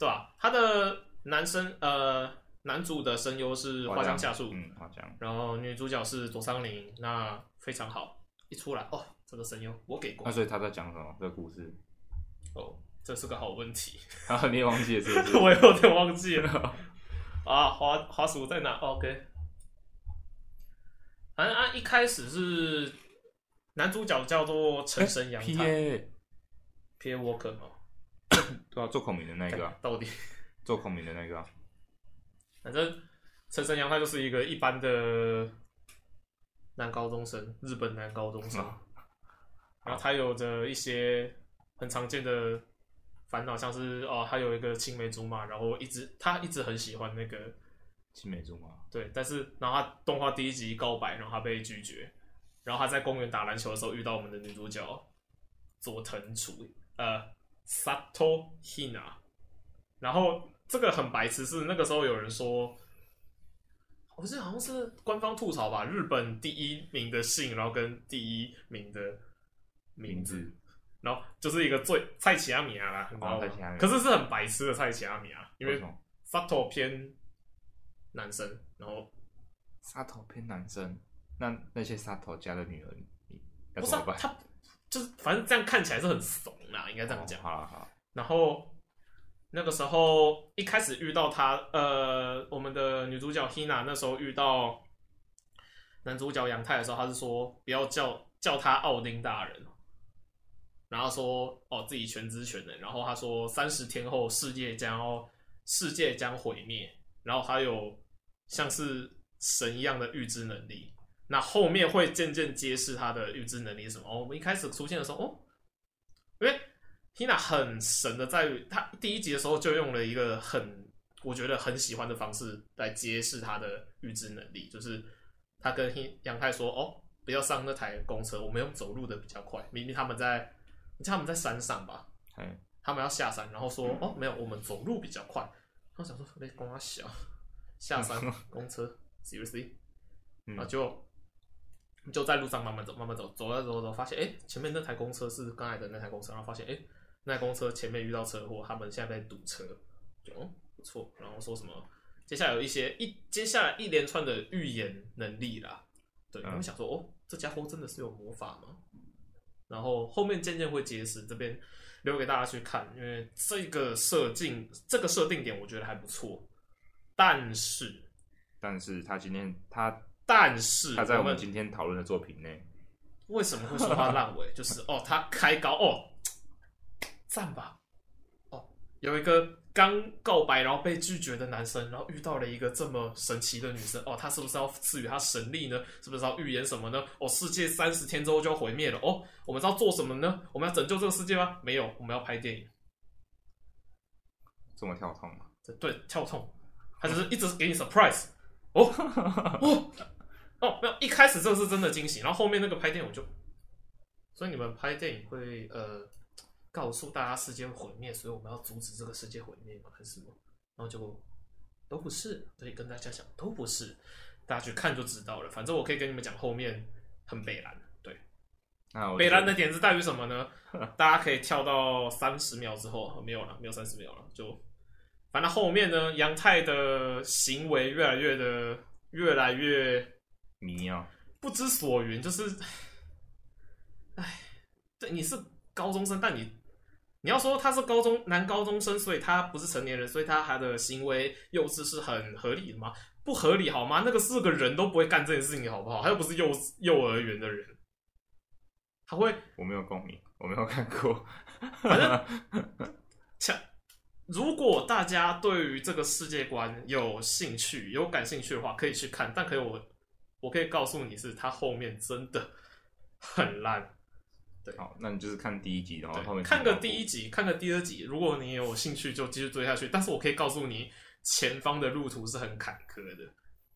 Speaker 1: 对吧、他的男生呃男主的声优是花江夏树，
Speaker 2: 嗯，好像
Speaker 1: 然后女主角是佐仓绫，那非常好，一出来哦，这个声优我给过
Speaker 2: 那所以他在讲什么？这个故事，
Speaker 1: 哦，这是个好问题， (laughs)
Speaker 2: 然后你也忘记了是不是？ (laughs) 哎
Speaker 1: 我有点忘记了啊，滑滑鼠在哪？OK，反正啊，一开始是男主角叫做陈神阳
Speaker 2: 哎 P
Speaker 1: 太
Speaker 2: A，
Speaker 1: P A Walker 嘛，
Speaker 2: 对啊，做孔明的那个啊，
Speaker 1: 到底
Speaker 2: 做孔明的那个啊，
Speaker 1: 反正陈神阳他就是一个一般的男高中生，日本男高中生，然后他有着一些很常见的烦恼，像是哦，他有一个青梅竹马，然后一直他一直很喜欢那个
Speaker 2: 青梅竹马，
Speaker 1: 对，但是然后他动画第一集告白，然后他被拒绝，然后他在公园打篮球的时候遇到我们的女主角佐藤楚，呃，Sato Hina，然后这个很白痴，是那个时候有人说，我记得好像是官方吐槽吧，日本第一名的姓，然后跟第一名的名
Speaker 2: 名
Speaker 1: 字，
Speaker 2: 字
Speaker 1: 然后就是一个最蔡奇阿米亚啦，你知道
Speaker 2: 哦
Speaker 1: 吗
Speaker 2: 蔡奇亚米亚
Speaker 1: 可是是很白痴的蔡奇阿米亚，因为
Speaker 2: 什么？
Speaker 1: Sato 偏男生，然后。
Speaker 2: 沙头偏男生，那那些沙头家的女儿，你要
Speaker 1: 不
Speaker 2: 怎
Speaker 1: 是、啊、
Speaker 2: 么办？
Speaker 1: 他就是反正这样看起来是很怂啦，应该这样讲。
Speaker 2: 哦好了好了，
Speaker 1: 然后那个时候一开始遇到他，呃，我们的女主角 Hina 那时候遇到男主角杨太的时候，他是说不要叫叫他奥丁大人，然后说哦自己全知全能，然后他说三十天后世界将要世界将毁灭，然后他有像是神一样的预知能力。那后面会渐渐揭示他的预知能力是什么。哦，我们一开始出现的时候，哦，因为 Hina 很神的在于，他第一集的时候就用了一个很我觉得很喜欢的方式来揭示他的预知能力，就是他跟 Hin- 杨太说：“哦，不要上那台公车，我们用走路的比较快。”明明他们在，你知道他们在山上吧？
Speaker 2: 哎，
Speaker 1: 他们要下山，然后说：“
Speaker 2: 嗯
Speaker 1: 哦，没有，我们走路比较快。”然后想说：“那公阿小， (laughs) 下山公车，seriously？”
Speaker 2: 嗯
Speaker 1: 然后就就在路上慢慢走，慢慢走，走着走着走，发现哎、诶前面那台公车是刚才的那台公车，然后发现哎、诶那台公车前面遇到车祸，他们现在在堵车，就哦不错，然后说什么接下来有一些一接下来一连串的预言能力啦，对，
Speaker 2: 嗯
Speaker 1: 我们想说哦，这家伙真的是有魔法吗？然后后面渐渐会结实，这边留给大家去看，因为这个设定这个设定点我觉得还不错，但是
Speaker 2: 但是他今天他
Speaker 1: 但是
Speaker 2: 他在我
Speaker 1: 我
Speaker 2: 们
Speaker 1: 们
Speaker 2: 今天讨论的作品内，
Speaker 1: 为什么会说他烂尾？就是哦，他开高哦，赞吧！哦，有一个刚告白然后被拒绝的男生，然后遇到了一个这么神奇的女生，哦，他是不是要赐予他神力呢？是不是要预言什么呢？哦，世界三十天之后就要毁灭了，哦，我们是要做什么呢？我们要拯救这个世界吗？没有，我们要拍电影。
Speaker 2: 这么跳痛啊，
Speaker 1: 这对，跳痛，他就是一直给你 surprise。哦哦哦，没有，一开始这个是真的惊喜，然后后面那个拍电影我就，所以你们拍电影会呃告诉大家世界会毁灭，所以我们要阻止这个世界毁灭吗？还是什么？然后结果都不是，所以跟大家讲都不是，大家去看就知道了。反正我可以跟你们讲后面很北蓝，对。
Speaker 2: 那我
Speaker 1: 北兰的
Speaker 2: 觉
Speaker 1: 点是在于什 (laughs) 么呢？大家可以跳到三十秒之后，没有了，没有三十秒了，就反正后面呢，杨太的行为越来越的越来越
Speaker 2: 迷啊，
Speaker 1: 不知所云，就是，哎，对，你是高中生，但你你要说他是高中男高中生，所以他不是成年人，所以他他的行为幼稚是很合理的吗？不合理好吗？那个是个人都不会干这件事情，好不好？他又不是幼幼儿园的人，他会
Speaker 2: 我没有共鸣，我没有看过。
Speaker 1: 如果大家对于这个世界观有兴趣、有感兴趣的话，可以去看。但可以我，我可以告诉你是，它后面真的很烂。
Speaker 2: (laughs) 好，那你就是看第一集，然后
Speaker 1: 对
Speaker 2: 后面
Speaker 1: 看个第一集，看个第二集，如果你有兴趣就继续追下去。但是我可以告诉你，前方的路途是很坎坷的，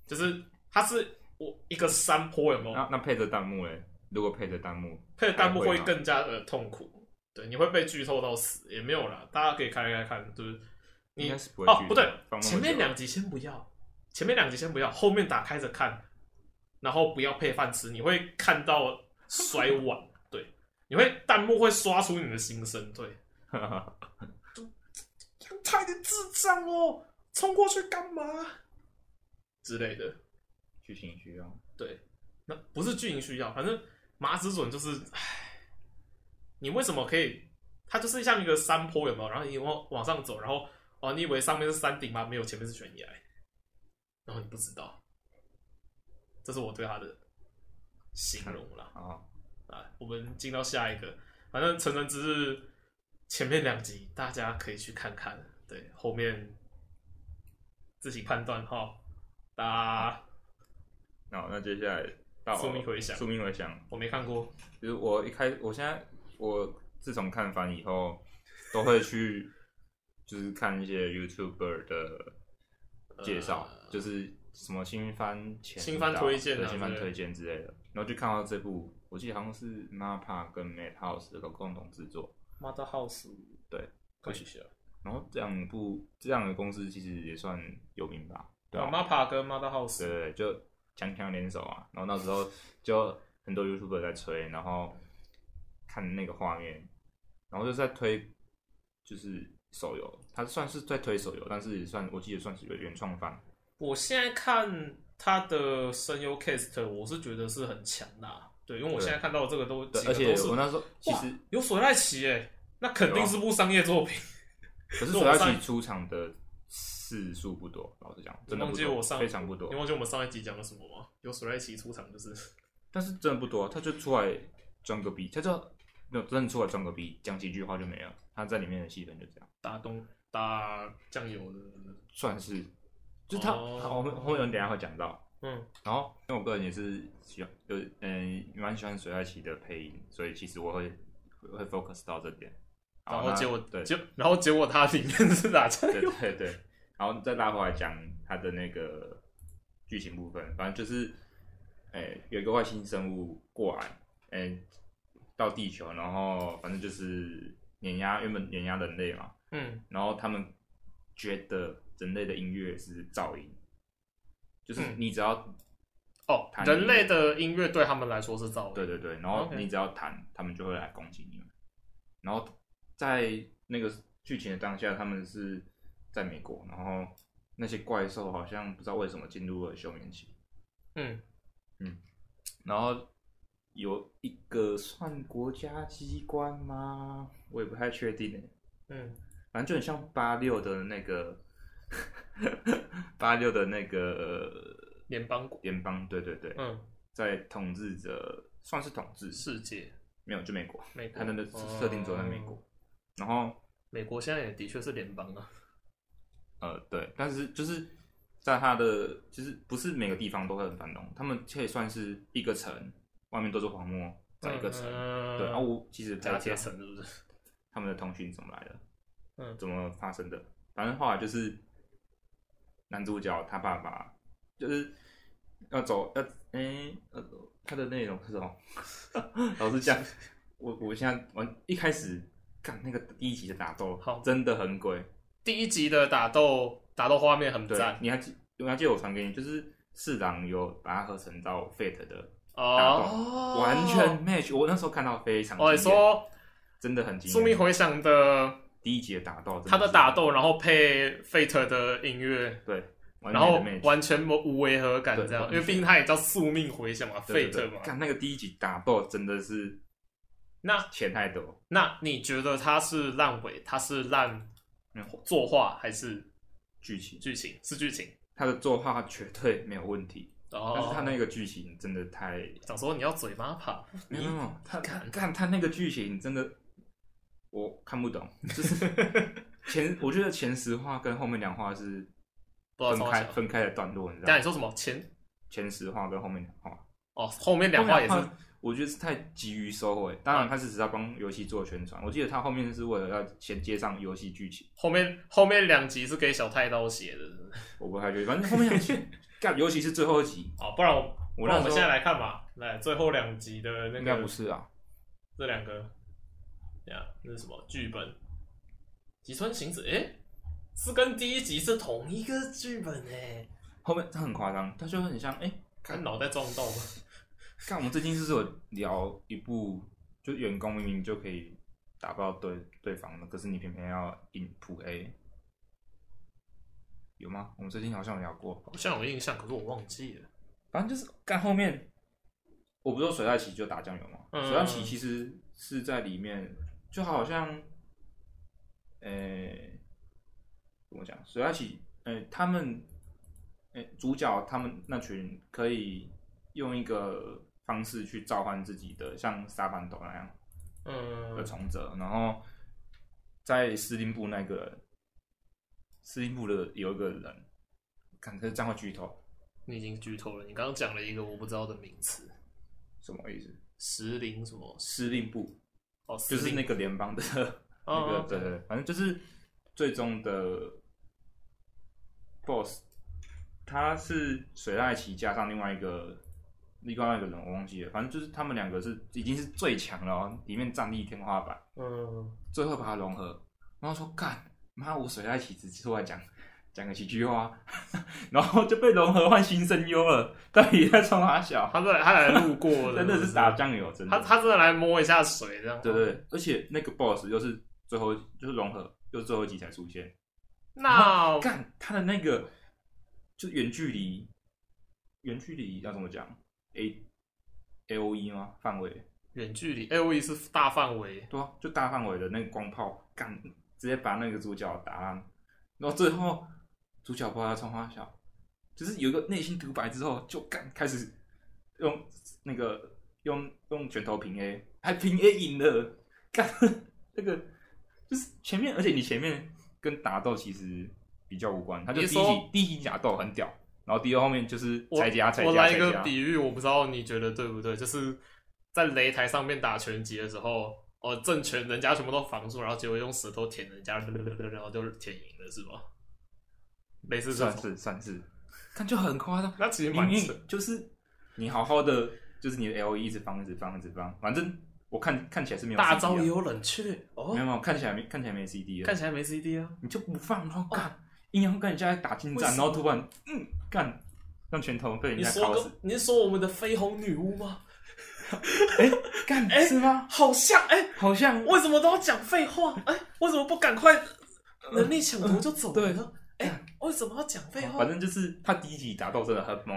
Speaker 1: 就是它是我一个山坡，有没有？
Speaker 2: 那那配着弹幕嘞？如果配着弹幕，
Speaker 1: 配的弹幕
Speaker 2: 还啊会
Speaker 1: 会
Speaker 2: 吗
Speaker 1: 更加的痛苦。对，你会被剧透到死，也没有啦，大家可以开开看，就是你
Speaker 2: 应该是不会
Speaker 1: 哦
Speaker 2: 剧，
Speaker 1: 不对
Speaker 2: 透放那，么
Speaker 1: 前面
Speaker 2: 久
Speaker 1: 两集先不要，前面两集先不要，后面打开着看，然后不要配饭吃，你会看到摔 (laughs) 碗，对，你会弹幕会刷出你的心声，对，太的智障哦，冲过去干嘛之类的，
Speaker 2: (laughs) 剧情需要，
Speaker 1: 那不是剧情需要，反正马子准就是，唉，你为什么可以？它就是像一个山坡，有没有？然后你往往上走，然后哦，你以为上面是山顶吗？没有，前面是悬崖，然后你不知道，这是我对它的形容啦。
Speaker 2: 啊，
Speaker 1: 啊，我们进到下一个，反正《成人之日》前面两集大家可以去看看，对，后面自行判断哈。大家
Speaker 2: 那那接下来到
Speaker 1: 宿命回响
Speaker 2: 宿命回响，
Speaker 1: 我没看过，
Speaker 2: 就是我一开，我现在我自从看番以后，都会去
Speaker 1: (laughs)
Speaker 2: 就是看一些 YouTuber 的介绍，
Speaker 1: 呃
Speaker 2: 就是什么新番前
Speaker 1: 新番推荐啊
Speaker 2: 对新番
Speaker 1: 之类的
Speaker 2: 推荐之类的，然后就看到这部，我记得好像是 MAPPA 跟 Madhouse 的共同制作，
Speaker 1: 《Mother House》
Speaker 2: 对，
Speaker 1: 看一下。
Speaker 2: 然后这两部这样的公司其实也算有名吧，对
Speaker 1: 啊
Speaker 2: 啊
Speaker 1: m a p a 跟 Mother House，
Speaker 2: 对对，对，就强强联手啊。然后那时候就很多 YouTuber 在吹，然后看那个画面，然后就在推，就是手游，它算是在推手游，但是也算我记得算是有原创番。
Speaker 1: 我现在看他的声优 cast，我是觉得是很强的啊、对，因为我
Speaker 2: 对
Speaker 1: 现在看到的这个都
Speaker 2: 对
Speaker 1: 几，个
Speaker 2: 而且
Speaker 1: 都是
Speaker 2: 我那时候其
Speaker 1: 哇
Speaker 2: 实
Speaker 1: 有索赖奇诶，那肯定是部商业作品。
Speaker 2: 可是
Speaker 1: 那
Speaker 2: 索
Speaker 1: 我
Speaker 2: 拉
Speaker 1: 上
Speaker 2: 奇出场的次数不多，老实讲，真的
Speaker 1: 忘
Speaker 2: 不
Speaker 1: 记
Speaker 2: 多
Speaker 1: 我上
Speaker 2: 非常不多
Speaker 1: 你，忘记我们上一集讲了什么吗？有索赖奇出场就是
Speaker 2: 但是真的不多，啊他就出来装个逼，他就没有真的出来装个逼，讲几句话就没了，他在里面的戏份就这样。
Speaker 1: 打东打酱油的，
Speaker 2: 算是，就他，
Speaker 1: 哦
Speaker 2: 好我们后面等一下会讲到。
Speaker 1: 嗯，
Speaker 2: 然后，因为我个人也是喜欢，有嗯蛮喜欢水爱奇的配音，所以其实我会会 focus 到这点。好
Speaker 1: 然后
Speaker 2: 那
Speaker 1: 哦结果
Speaker 2: 对
Speaker 1: 结然后结果他里面是打酱
Speaker 2: 对
Speaker 1: 油，
Speaker 2: 对对，然后再拉回来讲他的那个剧情部分，反正就是，哎、有一个外星生物过来，哎、到地球，然后反正就是碾压原本碾压人类嘛，
Speaker 1: 嗯，
Speaker 2: 然后他们觉得人类的音乐是噪音，就是
Speaker 1: 嗯
Speaker 2: 你只要、
Speaker 1: 哦
Speaker 2: 弹，
Speaker 1: 人类的音乐对他们来说是噪音，
Speaker 2: 对对对，然后
Speaker 1: OK
Speaker 2: 你只要弹，他们就会来攻击你。然后在那个剧情的当下，他们是在美国，然后那些怪兽好像不知道为什么进入了休眠期，
Speaker 1: 嗯，
Speaker 2: 然后有一个算国家机关吗？我也不太确定欸诶，
Speaker 1: 嗯
Speaker 2: 反正就很像八六的那个八六的那个
Speaker 1: 联邦国，
Speaker 2: 联邦，对对对，
Speaker 1: 嗯，
Speaker 2: 在统治者算是统治，
Speaker 1: 世界
Speaker 2: 没有就美国，
Speaker 1: 美国，
Speaker 2: 它的设定只有在美国
Speaker 1: 哦。
Speaker 2: 然后
Speaker 1: 美国现在也的确是联邦啊，
Speaker 2: 呃对，但是就是在它的其实不是每个地方都会很繁荣，他们可以算是一个城，外面都是荒漠，在一个城，
Speaker 1: 嗯
Speaker 2: 对。然后我啊其实不太
Speaker 1: 加
Speaker 2: 知
Speaker 1: 阶
Speaker 2: 道
Speaker 1: 层是不是？
Speaker 2: 他们的通讯怎么来的，
Speaker 1: 嗯
Speaker 2: 怎么发生的。反正后来就是男主角他爸爸就是要走要哎、呃他的内容是什么？ (laughs) 老实讲，我我现在我一开始看那个第一集的打斗，
Speaker 1: 好
Speaker 2: 真的很鬼。
Speaker 1: 第一集的打斗打斗画面很
Speaker 2: 对
Speaker 1: 赞，
Speaker 2: 你还记我还记得我传给你，就是四郎有把它合成到 Fate 的，
Speaker 1: 哦，
Speaker 2: 完全 match。我那时候看到非常
Speaker 1: 哦，你
Speaker 2: 惊艳
Speaker 1: 说
Speaker 2: 真的很
Speaker 1: 《
Speaker 2: 惊
Speaker 1: 宿命
Speaker 2: 艳。
Speaker 1: 回响》的
Speaker 2: 第一集的打斗真是，
Speaker 1: 他的打斗，然后配 Fate 的音乐，
Speaker 2: 对，完
Speaker 1: 然
Speaker 2: 美
Speaker 1: 后
Speaker 2: 的 match
Speaker 1: 完全无无违和感
Speaker 2: 对
Speaker 1: 这样，
Speaker 2: 完
Speaker 1: 因为
Speaker 2: 全
Speaker 1: 毕竟它也叫宿命回响嘛
Speaker 2: 对对对
Speaker 1: ，Fate 嘛。
Speaker 2: 看那个第一集打斗真的是
Speaker 1: 那
Speaker 2: 钱太多，
Speaker 1: 那你觉得它是烂尾，它是烂
Speaker 2: 嗯
Speaker 1: 作画还是
Speaker 2: 剧情
Speaker 1: 剧情？是剧情。哦
Speaker 2: 他的作画绝对没有问题，
Speaker 1: 然
Speaker 2: 但是
Speaker 1: 后
Speaker 2: 他那个剧情真的太
Speaker 1: 想说你要嘴巴跑，
Speaker 2: 没有没有没有，他
Speaker 1: 敢
Speaker 2: 看他那个剧情真的我看不懂，就是
Speaker 1: (laughs)
Speaker 2: 前我觉得前十话跟后面两话是
Speaker 1: 不知道
Speaker 2: 分
Speaker 1: 从
Speaker 2: 开
Speaker 1: 小
Speaker 2: 分开的段落，你知
Speaker 1: 但你
Speaker 2: 道吗？
Speaker 1: 说什么前
Speaker 2: 前十话跟后面两话，
Speaker 1: 哦，后面两话也是嗯
Speaker 2: 后面两话我觉得是太急于收尾。当然，他是只是要帮游戏做宣传。我记得他后面是为了要衔接上游戏剧情，
Speaker 1: 后面后面两集是给小太刀写的
Speaker 2: 我不太确定。反正后面两集，干，尤其是最后一集，
Speaker 1: 哦，不然我
Speaker 2: 我
Speaker 1: 不
Speaker 2: 那
Speaker 1: 然
Speaker 2: 时
Speaker 1: 我
Speaker 2: 候
Speaker 1: 们现在来看吧，来最后两集的那
Speaker 2: 应该
Speaker 1: 个
Speaker 2: 不是啊，
Speaker 1: 这两个，呀，那是什么剧本？吉川行子，诶、是跟第一集是同一个剧本诶、
Speaker 2: 后面他很夸张，他就很像哎，
Speaker 1: 看脑袋撞到吗？
Speaker 2: 看我们最近是不是有聊一部，就员工明明就可以打爆对对方的，可是你偏偏要硬扑 A，有吗？我们最近好像有聊过，
Speaker 1: 好像有印象，可是我忘记了。
Speaker 2: 反正就是干后面，我不是说水袋奇就打酱油吗？
Speaker 1: 嗯
Speaker 2: 水袋奇其实是在里面，就好像，呃、怎么讲？水袋奇，呃，他们，呃，主角他们那群可以用一个方式去召唤自己的，像沙班斗那样的
Speaker 1: 嗯，
Speaker 2: 从者，然后在司令部那个人，司令部的有一个人，看这账号巨头
Speaker 1: 你已经剧透了，你刚刚讲了一个我不知道的名词，
Speaker 2: 什么意思？
Speaker 1: 石林什么？
Speaker 2: 司令部
Speaker 1: 哦，
Speaker 2: 就
Speaker 1: 石
Speaker 2: 是
Speaker 1: 林
Speaker 2: 那个联邦的 (laughs) 那个，
Speaker 1: 哦
Speaker 2: 对对，对反正就是最终的 boss，他是水濑奇加上另外一个另外一个人，我忘记了，反正就是他们两个是已经是最强了、哦，里面战力天花板，
Speaker 1: 嗯，
Speaker 2: 最后把它融合，然后说干妈，我水濑奇只出来讲讲个几句话， (laughs) 然后就被融合换新声优了，到底在冲他小，
Speaker 1: 他来他来路过的，
Speaker 2: (laughs) 真的是打酱油，真的
Speaker 1: 他他真的来摸一下水这样。
Speaker 2: 对对，对，而且那个 boss 又是最后就是融合，又是最后一集才出现。
Speaker 1: 那
Speaker 2: 干他的那个就远距离，远距离要怎么讲？A A O E 吗？范围
Speaker 1: 远距离 A O E 是大范围，
Speaker 2: 对啊，就大范围的那个光炮，干直接把那个主角打烂，然后最后主角不知道冲花小，就是有一个内心独白之后，就干开始用那个用用拳头平 A，还平 A 赢了，干 (laughs) 那个就是前面，而且你前面跟打斗其实比较无关，他就第
Speaker 1: 你
Speaker 2: 一
Speaker 1: 说
Speaker 2: 集第一集打斗很屌，然后第二后面就是
Speaker 1: 我
Speaker 2: 拆家拆
Speaker 1: 我
Speaker 2: 家
Speaker 1: 来一
Speaker 2: 拆
Speaker 1: 个
Speaker 2: 家，
Speaker 1: 比喻，我不知道你觉得对不对，就是在擂台上面打拳击的时候，哦，正拳人家全部都防住，然后结果用石头舔人家， (laughs) 然后就舔赢了，是吗？类似这
Speaker 2: 算
Speaker 1: 种，
Speaker 2: 是算是，看就很夸张。
Speaker 1: 那其实
Speaker 2: 明
Speaker 1: 蛮
Speaker 2: 明
Speaker 1: 扯。
Speaker 2: 就是你好好的，就是你的 L E 一直放一直放一直放，反正我看看起来是没有 CD
Speaker 1: 大
Speaker 2: 啊
Speaker 1: 招也有冷却
Speaker 2: 没
Speaker 1: 哦
Speaker 2: 有，没有看起来没看起来没 CD
Speaker 1: 看
Speaker 2: 的，
Speaker 1: 起来没 CD 啊，
Speaker 2: 你就不放，然后干，硬要跟人家打近战，
Speaker 1: 为什
Speaker 2: 然后突然嗯干，让拳头被人
Speaker 1: 你
Speaker 2: 家
Speaker 1: 说
Speaker 2: 敲死
Speaker 1: 跟，你是说我们的绯红女巫吗？
Speaker 2: 干
Speaker 1: 哎
Speaker 2: 是吗？
Speaker 1: 好像哎、
Speaker 2: 好像
Speaker 1: 为什么都要讲废
Speaker 2: (laughs)
Speaker 1: 话？哎、为什么不赶快能力抢夺就走了呢？哎、
Speaker 2: 对
Speaker 1: 为什么要讲废话
Speaker 2: 反？正就是他第一集打斗真的很猛，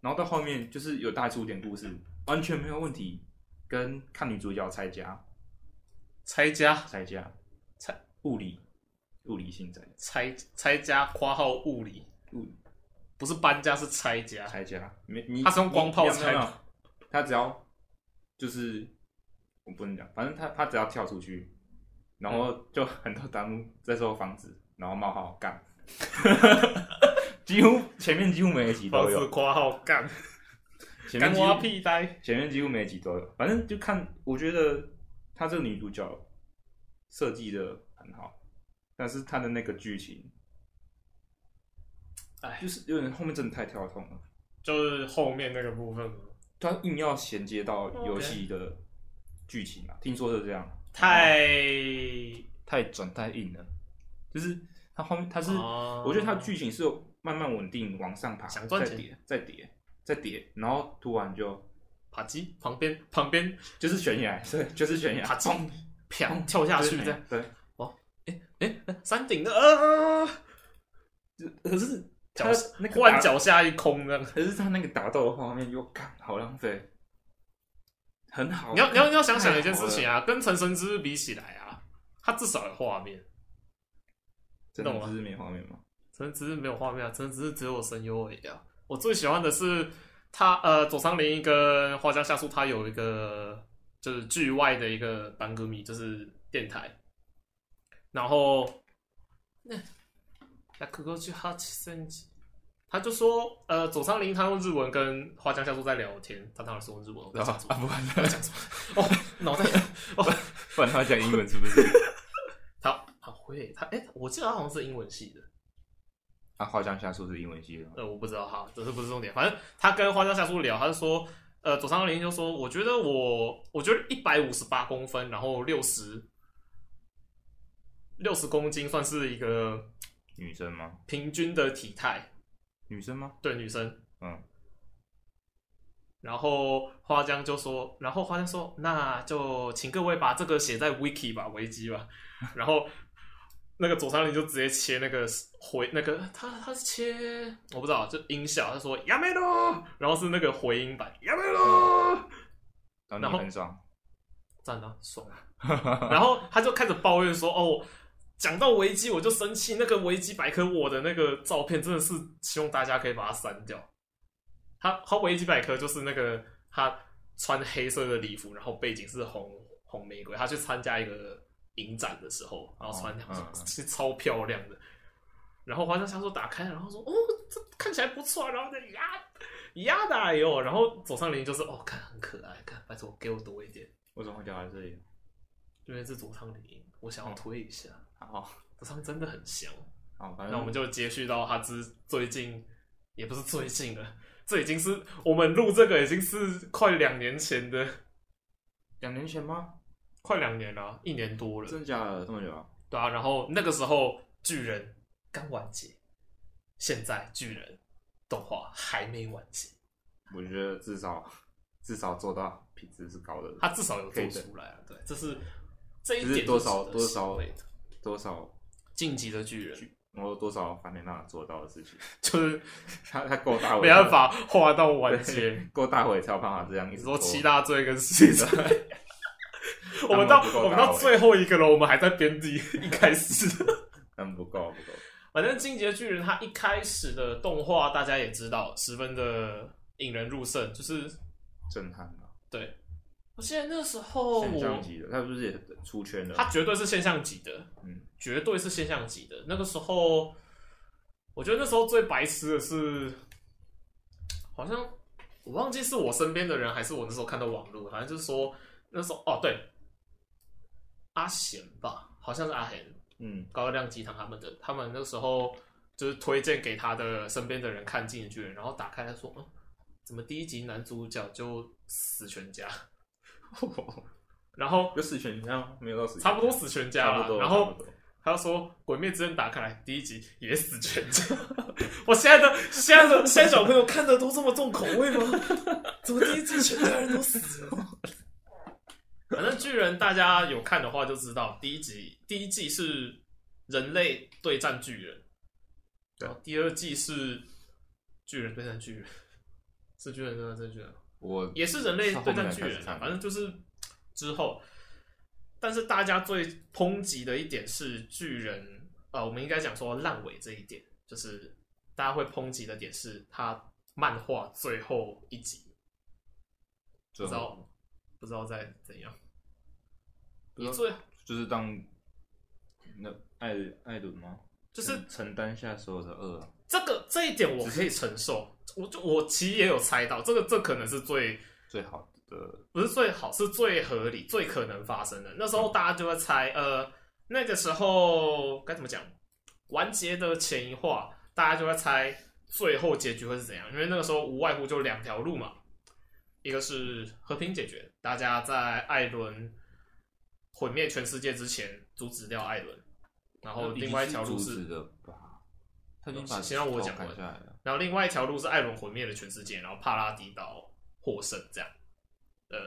Speaker 2: 然后到后面就是有带出一点故事，完全没有问题，跟看女主角拆家
Speaker 1: 拆家
Speaker 2: 拆家
Speaker 1: 拆
Speaker 2: 物理物理性拆
Speaker 1: 拆拆家，括号物理。
Speaker 2: 物理。
Speaker 1: 不是搬家，是拆家。
Speaker 2: 拆家，没你
Speaker 1: 他是用光炮
Speaker 2: 你没有
Speaker 1: 拆
Speaker 2: 没有他只要就是我不能讲，反正他他只要跳出去，然后
Speaker 1: 嗯
Speaker 2: 就很多弹幕在说房子，然后冒号干，几乎前面几乎每一集都有，
Speaker 1: 括号干
Speaker 2: 前面几乎
Speaker 1: 屁呆，
Speaker 2: 前面几乎每一集都有，反正就看我觉得她这个女主角设计的很好，但是她的那个剧情，
Speaker 1: 哎
Speaker 2: 就是有点后面真的太跳痛了。
Speaker 1: 就是后面那个部分
Speaker 2: 他硬要衔接到
Speaker 1: 哦
Speaker 2: 游戏的剧情嘛，听说是这样，
Speaker 1: 太，
Speaker 2: 太转太硬了，就是他后面他是，
Speaker 1: 哦
Speaker 2: 我觉得他剧情是有慢慢稳定往上爬，
Speaker 1: 想赚
Speaker 2: 再
Speaker 1: 钱
Speaker 2: 叠再叠再叠，然后突然就
Speaker 1: 啪叽旁边旁边
Speaker 2: 就是悬崖，对，就是悬崖， (laughs)
Speaker 1: 啪
Speaker 2: 砰
Speaker 1: 叽，啪跳下
Speaker 2: 就是
Speaker 1: 去
Speaker 2: 悬
Speaker 1: 这
Speaker 2: 崖
Speaker 1: 样。
Speaker 2: 嗯对，
Speaker 1: 哦，哎，哎、山顶的
Speaker 2: (laughs)
Speaker 1: 啊，
Speaker 2: 可是
Speaker 1: 脚
Speaker 2: 他那个
Speaker 1: 忽然
Speaker 2: 打，
Speaker 1: 脚下一空这样。
Speaker 2: 可是他那个打斗的画面又干好浪费，很好。
Speaker 1: 你要你要你要想想一件
Speaker 2: 太好
Speaker 1: 事
Speaker 2: 了
Speaker 1: 情啊，跟《陈神之日》比起来啊，它至少有画面，
Speaker 2: 真
Speaker 1: 懂
Speaker 2: 的
Speaker 1: 吗
Speaker 2: 是没画面吗？
Speaker 1: 《陈神之日》没有画面啊，《陈神之日》只有声优而已啊。我最喜欢的是他呃，佐仓绫一跟花江夏树，他有一个就是剧外的一个班歌迷，就是电台，然后那那可可去哈奇森。他就说，呃，佐仓绫他用日文跟花江夏树在聊天，他当然是用日文。我不知道讲什么
Speaker 2: 啊，不 (laughs) 然他讲，
Speaker 1: 哦，脑袋
Speaker 2: 不然他讲英文是不是？
Speaker 1: 他他会他哎、我记得他好像是英文系的，
Speaker 2: 啊，花江夏树是英文系的吗，
Speaker 1: 呃，我不知道哈，这是不是重点。反正他跟花椒夏树聊，他就说，呃，左上林就说，我觉得我我觉得一百五十八公分，然后六十六十公斤算是一个
Speaker 2: 女生吗？
Speaker 1: 平均的体态，
Speaker 2: 女生吗？
Speaker 1: 对女生。
Speaker 2: 嗯，
Speaker 1: 然后花江就说，然后花江说，那就请各位把这个写在 wiki 吧，维基吧。然后那个左上林就直接切那个回那个他他是切我不知道，就音效，他说亚美罗，然后是那个回音版亚美罗，
Speaker 2: 然
Speaker 1: 然后
Speaker 2: 后哦你很爽，
Speaker 1: 赞啊，爽啊！ (laughs) 然后他就开始抱怨说，哦。讲到维基，我就生气。那个维基百科我的那个照片，真的是希望大家可以把它删掉。他他维基百科就是那个他穿黑色的礼服，然后背景是红红玫瑰。他去参加一个影展的时候，然后穿那样
Speaker 2: 嗯嗯
Speaker 1: 子，是超漂亮的。然后华山香说打开，然后说哦，这看起来不错啊。然后就呀呀的哎呦，然后左上林就是哦，看很可爱，看拜托给我多一点，
Speaker 2: 为什么会聊到这里？
Speaker 1: 因为是左上林，我想要推一下，
Speaker 2: 好，
Speaker 1: 左上真的很香。
Speaker 2: 好，反
Speaker 1: 那
Speaker 2: 正
Speaker 1: 我们就接续到他之最近，也不是最近了，这已经是我们录这个已经是快两年前的，
Speaker 2: 两年前吗？
Speaker 1: 快两年了，啊一年多了，
Speaker 2: 真的假的？这么久啊？
Speaker 1: 对啊。然后那个时候巨人刚完结，现在巨人动画还没完结，
Speaker 2: 我觉得至少至少做到品质是高的，
Speaker 1: 他至少有
Speaker 2: 可
Speaker 1: 做
Speaker 2: 以的
Speaker 1: 出来了，对，这是这一
Speaker 2: 就是
Speaker 1: 点
Speaker 2: 多少
Speaker 1: 是值得
Speaker 2: 多少
Speaker 1: 欣慰的
Speaker 2: 多少
Speaker 1: 晋级的巨人
Speaker 2: 然后多少凡美娜做到的事情， (laughs)
Speaker 1: 就是
Speaker 2: 他他够大伟，
Speaker 1: 没办法画到完结。
Speaker 2: 够大伟才有办法这样一
Speaker 1: 你
Speaker 2: 直
Speaker 1: 说
Speaker 2: 拖
Speaker 1: 七大罪跟七罪， (laughs) 我们到
Speaker 2: 当然不够
Speaker 1: 我们
Speaker 2: 大
Speaker 1: 到
Speaker 2: 尾
Speaker 1: 最后一个了，我们还在编辑一开始。
Speaker 2: 嗯，不够不够，
Speaker 1: (laughs) 反正《进击的巨人》它一开始的动画大家也知道，十分的引人入胜。就是
Speaker 2: 震撼啊！
Speaker 1: 对，我记得那时候
Speaker 2: 现象
Speaker 1: 我
Speaker 2: 级的，他是不是也出圈了？
Speaker 1: 它绝对是现象级的，
Speaker 2: 啊嗯，
Speaker 1: 绝对是现象级的。那个时候，我觉得那时候最白痴的是，好像我忘记是我身边的人还是我那时候看到网络，反正就是说那时候哦对，阿贤吧，好像是阿贤，
Speaker 2: (laughs) 嗯，
Speaker 1: 高热量鸡汤他们的，他们那时候就是推荐给他的身边的人看《进击的巨人》，然后打开他说，嗯，怎么第一集男主角就死全家，然后
Speaker 2: 有死全家没有到死全家，
Speaker 1: 差不多死全家
Speaker 2: 差不
Speaker 1: 了，
Speaker 2: 多，
Speaker 1: 然
Speaker 2: 差
Speaker 1: 后
Speaker 2: 不多
Speaker 1: 他说《鬼灭之刃》打开来第一集也死全家， (laughs) 我现在的现在的现在小朋友看的都这么重口味吗？ (laughs) 怎么第一集全家人都死了？ (laughs) 反正巨人大家有看的话就知道，第一集第一季是人类对战巨人，
Speaker 2: 对
Speaker 1: 然后第二季是巨人对战巨人， (laughs) 是巨人对战巨人吗。
Speaker 2: 我
Speaker 1: 也是人类对战巨
Speaker 2: 是后面才开
Speaker 1: 人
Speaker 2: 始
Speaker 1: 啊
Speaker 2: 看，的
Speaker 1: 反正就是之后。但是大家最抨击的一点是巨人，呃，我们应该讲说烂尾这一点，就是大家会抨击的点是他漫画最后一集，不
Speaker 2: 最
Speaker 1: 知
Speaker 2: 后
Speaker 1: 道不知道在怎样。
Speaker 2: 啊不
Speaker 1: 你
Speaker 2: 知道
Speaker 1: 最
Speaker 2: 就是当那艾艾伦吗？
Speaker 1: 就是
Speaker 2: 承承担下所有的恶啊，
Speaker 1: 这个这一点我可以承受，我就我其实也有猜到，这个这可能是最
Speaker 2: 最好的
Speaker 1: 不是最好，是最合理、最可能发生的。那时候大家就在猜，呃，那个时候该怎么讲？完结的前一话，大家就在猜最后结局会是怎样，因为那个时候无外乎就两条路嘛，一个是和平解决，大家在艾伦毁灭全世界之前阻止掉艾伦，然后另外一条路
Speaker 2: 阻
Speaker 1: 是哦
Speaker 2: 止的吧？他已经把
Speaker 1: 先先让我讲
Speaker 2: 头
Speaker 1: 完
Speaker 2: 砍下来了，
Speaker 1: 然后另外一条路是艾伦毁灭了全世界，然后帕拉迪岛获胜这样。呃，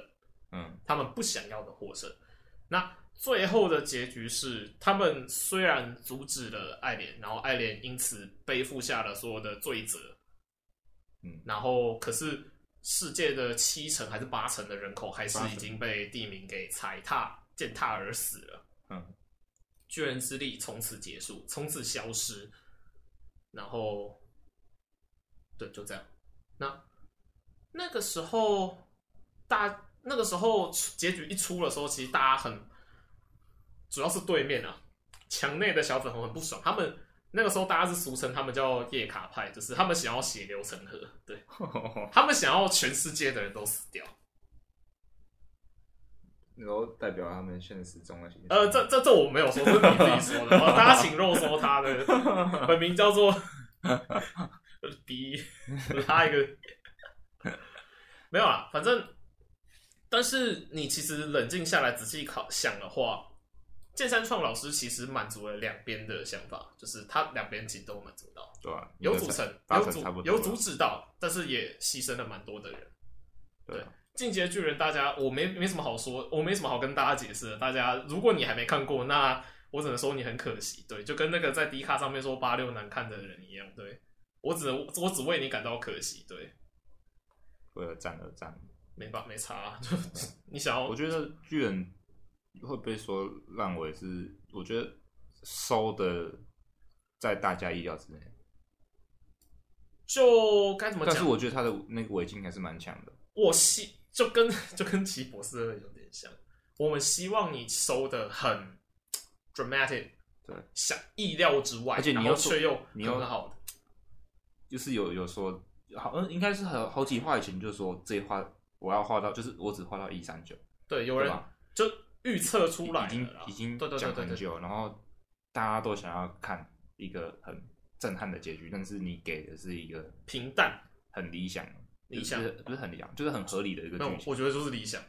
Speaker 2: 嗯，
Speaker 1: (laughs) 他们不想要的获胜。那最后的结局是，他们虽然阻止了爱莲，然后爱莲因此背负下了所有的罪责，
Speaker 2: 嗯，
Speaker 1: 然后可是世界的七成还是八成的人口还是
Speaker 2: 八成
Speaker 1: 已经被地名给踩踏、践踏而死了。
Speaker 2: 嗯，
Speaker 1: 巨人之力从此结束，从此消失。然后，对，就这样。那那个时候，大那个时候结局一出的时候，其实大家很，主要是对面啊，墙内的小粉红很不爽。他们那个时候大家是俗称他们叫叶卡派，就是他们想要血流成河，对他们想要全世界的人都死掉。
Speaker 2: 然后代表他们现实中的形象
Speaker 1: 呃，这这这我没有说，是你自己说的，哦大家请肉搜他的本 (laughs) 名叫做 B，拉一个没有啦，反正，但是你其实冷静下来仔细考想的话，剑山创老师其实满足了两边的想法，就是他两边其实都满足到，
Speaker 2: (laughs) 对吧？
Speaker 1: 有组成，
Speaker 2: 八
Speaker 1: 有
Speaker 2: 成差不
Speaker 1: 阻
Speaker 2: 多
Speaker 1: 有阻止到，但是也牺牲了蛮多的人。
Speaker 2: 对啊
Speaker 1: 进阶巨人，大家我没没什么好说，我没什么好跟大家解释的。大家如果你还没看过，那我只能说你很可惜，对，就跟那个在迪卡上面说八六难看的人一样，对我只能我只为你感到可惜，对，
Speaker 2: 为了战而战。
Speaker 1: 没办没差啊，就 (laughs) 你想要
Speaker 2: 嗯我觉得巨人会被说烂尾是，我觉得收的在大家意料之内，
Speaker 1: 就该怎么
Speaker 2: 但是
Speaker 1: 讲，
Speaker 2: 我觉得他的那个围巾还是蛮强的。
Speaker 1: 我希就跟就跟奇博士有点像，我们希望你收的很 dramatic，
Speaker 2: 对，
Speaker 1: 想意料之外，
Speaker 2: 而且你
Speaker 1: 然
Speaker 2: 又
Speaker 1: 后
Speaker 2: 说
Speaker 1: 却又
Speaker 2: 你又
Speaker 1: 很好，
Speaker 2: 就是有有说，好，嗯，应该是好好几话以前就说这一话我要画到，就是我只画到一三九，
Speaker 1: 对，有
Speaker 2: 对
Speaker 1: 人
Speaker 2: 吧？
Speaker 1: 就预测出来
Speaker 2: 已经
Speaker 1: 了啦
Speaker 2: 已经
Speaker 1: 对对对
Speaker 2: 讲
Speaker 1: 对
Speaker 2: 很
Speaker 1: 对，
Speaker 2: 久，然后大家都想要看一个很震撼的结局，但是你给的是一个
Speaker 1: 平淡
Speaker 2: 很理想的，
Speaker 1: 理想
Speaker 2: 就是不是很理想，就是很合理的一个
Speaker 1: 那
Speaker 2: 剧
Speaker 1: 种，
Speaker 2: 情
Speaker 1: 我觉得就是理想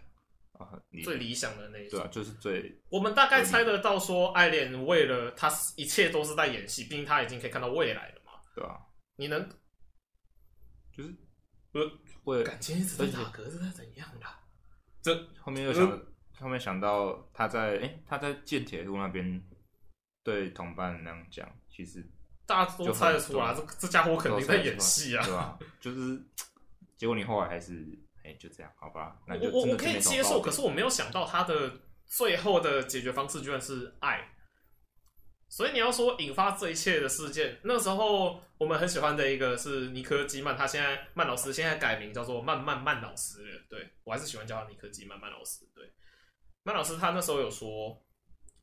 Speaker 2: 啊，很理
Speaker 1: 最理想的那一
Speaker 2: 对
Speaker 1: 种
Speaker 2: 啊，。就是最
Speaker 1: 我们大概猜得到说，爱莲为了他一切都是在演戏，毕竟他已经可以看到未来了嘛。
Speaker 2: 对啊，
Speaker 1: 你能
Speaker 2: 就是
Speaker 1: 呃
Speaker 2: 会
Speaker 1: 感觉一直在
Speaker 2: 而且
Speaker 1: 打嗝是在怎样啦？
Speaker 2: 后面又想、
Speaker 1: 呃
Speaker 2: 后面想到他在哎、他在建铁路那边对同伴那样讲，其实
Speaker 1: 大家都
Speaker 2: 就很哦
Speaker 1: 猜得出啊来，这
Speaker 2: 重
Speaker 1: 这家伙肯定在演戏啊！
Speaker 2: 对吧、就是结果你后来还是哎、就这样，好吧，那就
Speaker 1: 我我我
Speaker 2: 真的
Speaker 1: 可以
Speaker 2: 没什么
Speaker 1: 接受，
Speaker 2: 道理
Speaker 1: 可是我没有想到他的最后的解决方式居然是爱。所以你要说引发这一切的事件，那时候我们很喜欢的一个是尼科基曼，他现在曼老师现在改名叫做曼曼曼老师了。对我还是喜欢叫他尼科基曼曼老师。对，曼老师他那时候有说，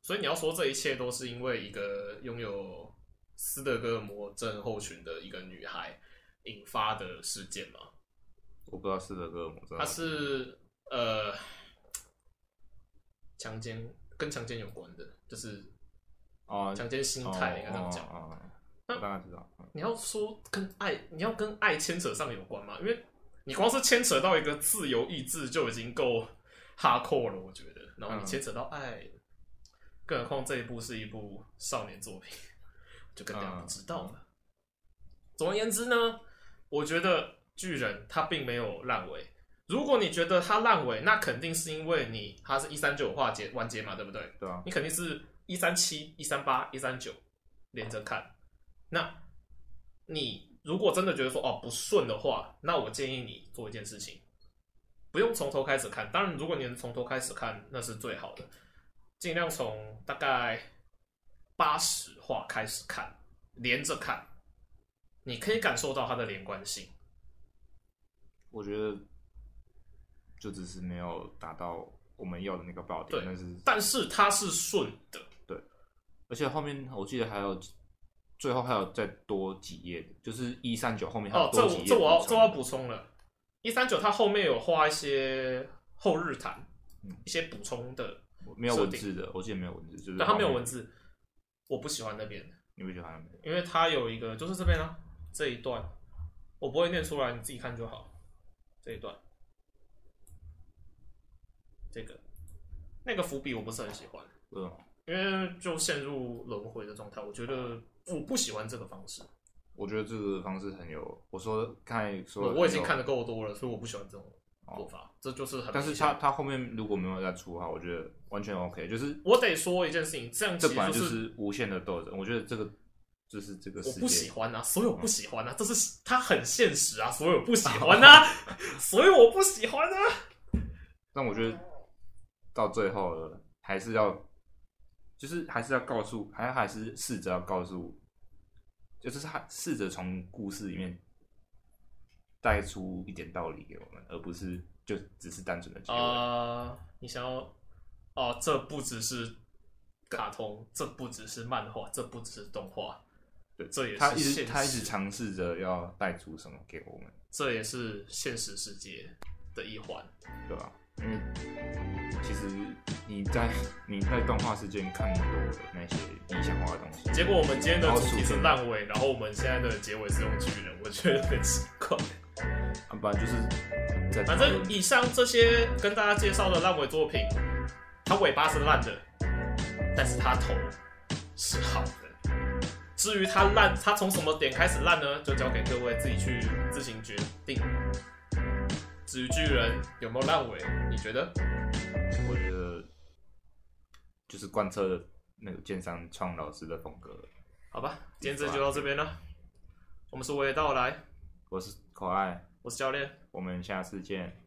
Speaker 1: 所以你要说这一切都是因为一个拥有斯德哥尔摩症候群的一个女孩引发的事件吗？
Speaker 2: 我不知道斯德哥尔摩症，
Speaker 1: 他是呃强奸，跟强奸有关的，就是
Speaker 2: 哦
Speaker 1: 强奸心态，应该这样讲。
Speaker 2: 哦哦哦哦我大概知道，嗯
Speaker 1: 你要说跟爱，你要跟爱牵扯上有关吗？因为你光是牵扯到一个自由意志就已经够 hardcore 了，我觉得。然后你
Speaker 2: 嗯
Speaker 1: 牵扯到爱，更何况这一部是一部少年作品，就更加不知道了。总而言之呢，我觉得巨人他并没有烂尾。如果你觉得他烂尾，那肯定是因为你他是一三九化结完结嘛，对不对？
Speaker 2: 对啊，
Speaker 1: 你肯定是一三七、一三八、一三九连着看。那你如果真的觉得说哦不顺的话，那我建议你做一件事情，不用从头开始看。当然，如果你能从头开始看，那是最好的。尽量从大概八十话开始看，连着看，你可以感受到它的连贯性。
Speaker 2: 我觉得就只是没有达到我们要的那个爆点
Speaker 1: 对，
Speaker 2: 但是
Speaker 1: 但是它是顺的，
Speaker 2: 而且后面我记得还有最后还有再多几页的，就是一三九后面还
Speaker 1: 哦
Speaker 2: 有，
Speaker 1: 这
Speaker 2: 多几
Speaker 1: 我
Speaker 2: 页、
Speaker 1: 这我要这我要补。充了。一三九它后面有画一些后日谈，
Speaker 2: 嗯
Speaker 1: 一些补充的，
Speaker 2: 没有文字的，我记得没有文字，就是
Speaker 1: 但它没有
Speaker 2: 后面
Speaker 1: 文，字，我不喜欢那边，
Speaker 2: 你不喜欢没有？
Speaker 1: 因为它有一个就是这边啊这一段，我不会念出来，你自己看就好。这一段，这个那个伏笔我不是很喜欢，
Speaker 2: 为什么？
Speaker 1: 因为就陷入轮回的状态，我觉得我不喜欢这个方式。
Speaker 2: 我觉得这个方式很有，我说看说
Speaker 1: 我已经看的够多了，所以我不喜欢这种做法，这就是很。
Speaker 2: 哦但是他他后面如果没有再出的话，我觉得完全 OK。就是
Speaker 1: 我得说一件事情，这样
Speaker 2: 这
Speaker 1: 其
Speaker 2: 本来
Speaker 1: 实
Speaker 2: 就是是无限的斗争，我觉得这个就是这个
Speaker 1: 我
Speaker 2: 世
Speaker 1: 不喜
Speaker 2: 界。嗯
Speaker 1: 欢啊，所以我不喜欢啊，这是他很现实啊，所以我
Speaker 2: (laughs)
Speaker 1: 不喜欢啊，所以我不喜欢啊。
Speaker 2: 但我觉得到最后了，还是要就是还是要告诉，还还是试着要告诉，就是他试着从故事里面带出一点道理给我们，而不是就只是单纯的结尾。
Speaker 1: 呃，你想要哦、这不只是卡通，这不只是漫画，这不只是动画，
Speaker 2: 对
Speaker 1: 这也是
Speaker 2: 他一
Speaker 1: 现
Speaker 2: 直他一
Speaker 1: 实
Speaker 2: 直尝试着要带出什么给我们，
Speaker 1: 这也是现实世界的一环。
Speaker 2: 对吧？因为其实你在你在动画世界看多了那些理想化的东西，
Speaker 1: 结果我们今天的主题是烂尾，然后我们现在的结尾是用巨人，我觉得有点奇怪。
Speaker 2: 啊，不然就是在
Speaker 1: 反正以上这些跟大家介绍的烂尾作品，它尾巴是烂的，但是它头是好的。至于它烂，它从什么点开始烂呢？就交给各位自己去自行决定。至于巨人有没有烂尾，你觉得？
Speaker 2: 我觉得就是贯彻那个剑三创老师的风格。
Speaker 1: 好吧，今天这就到这边了。我们是娓娓道来，
Speaker 2: 我是可爱，
Speaker 1: 我是教练，
Speaker 2: 我们下次见。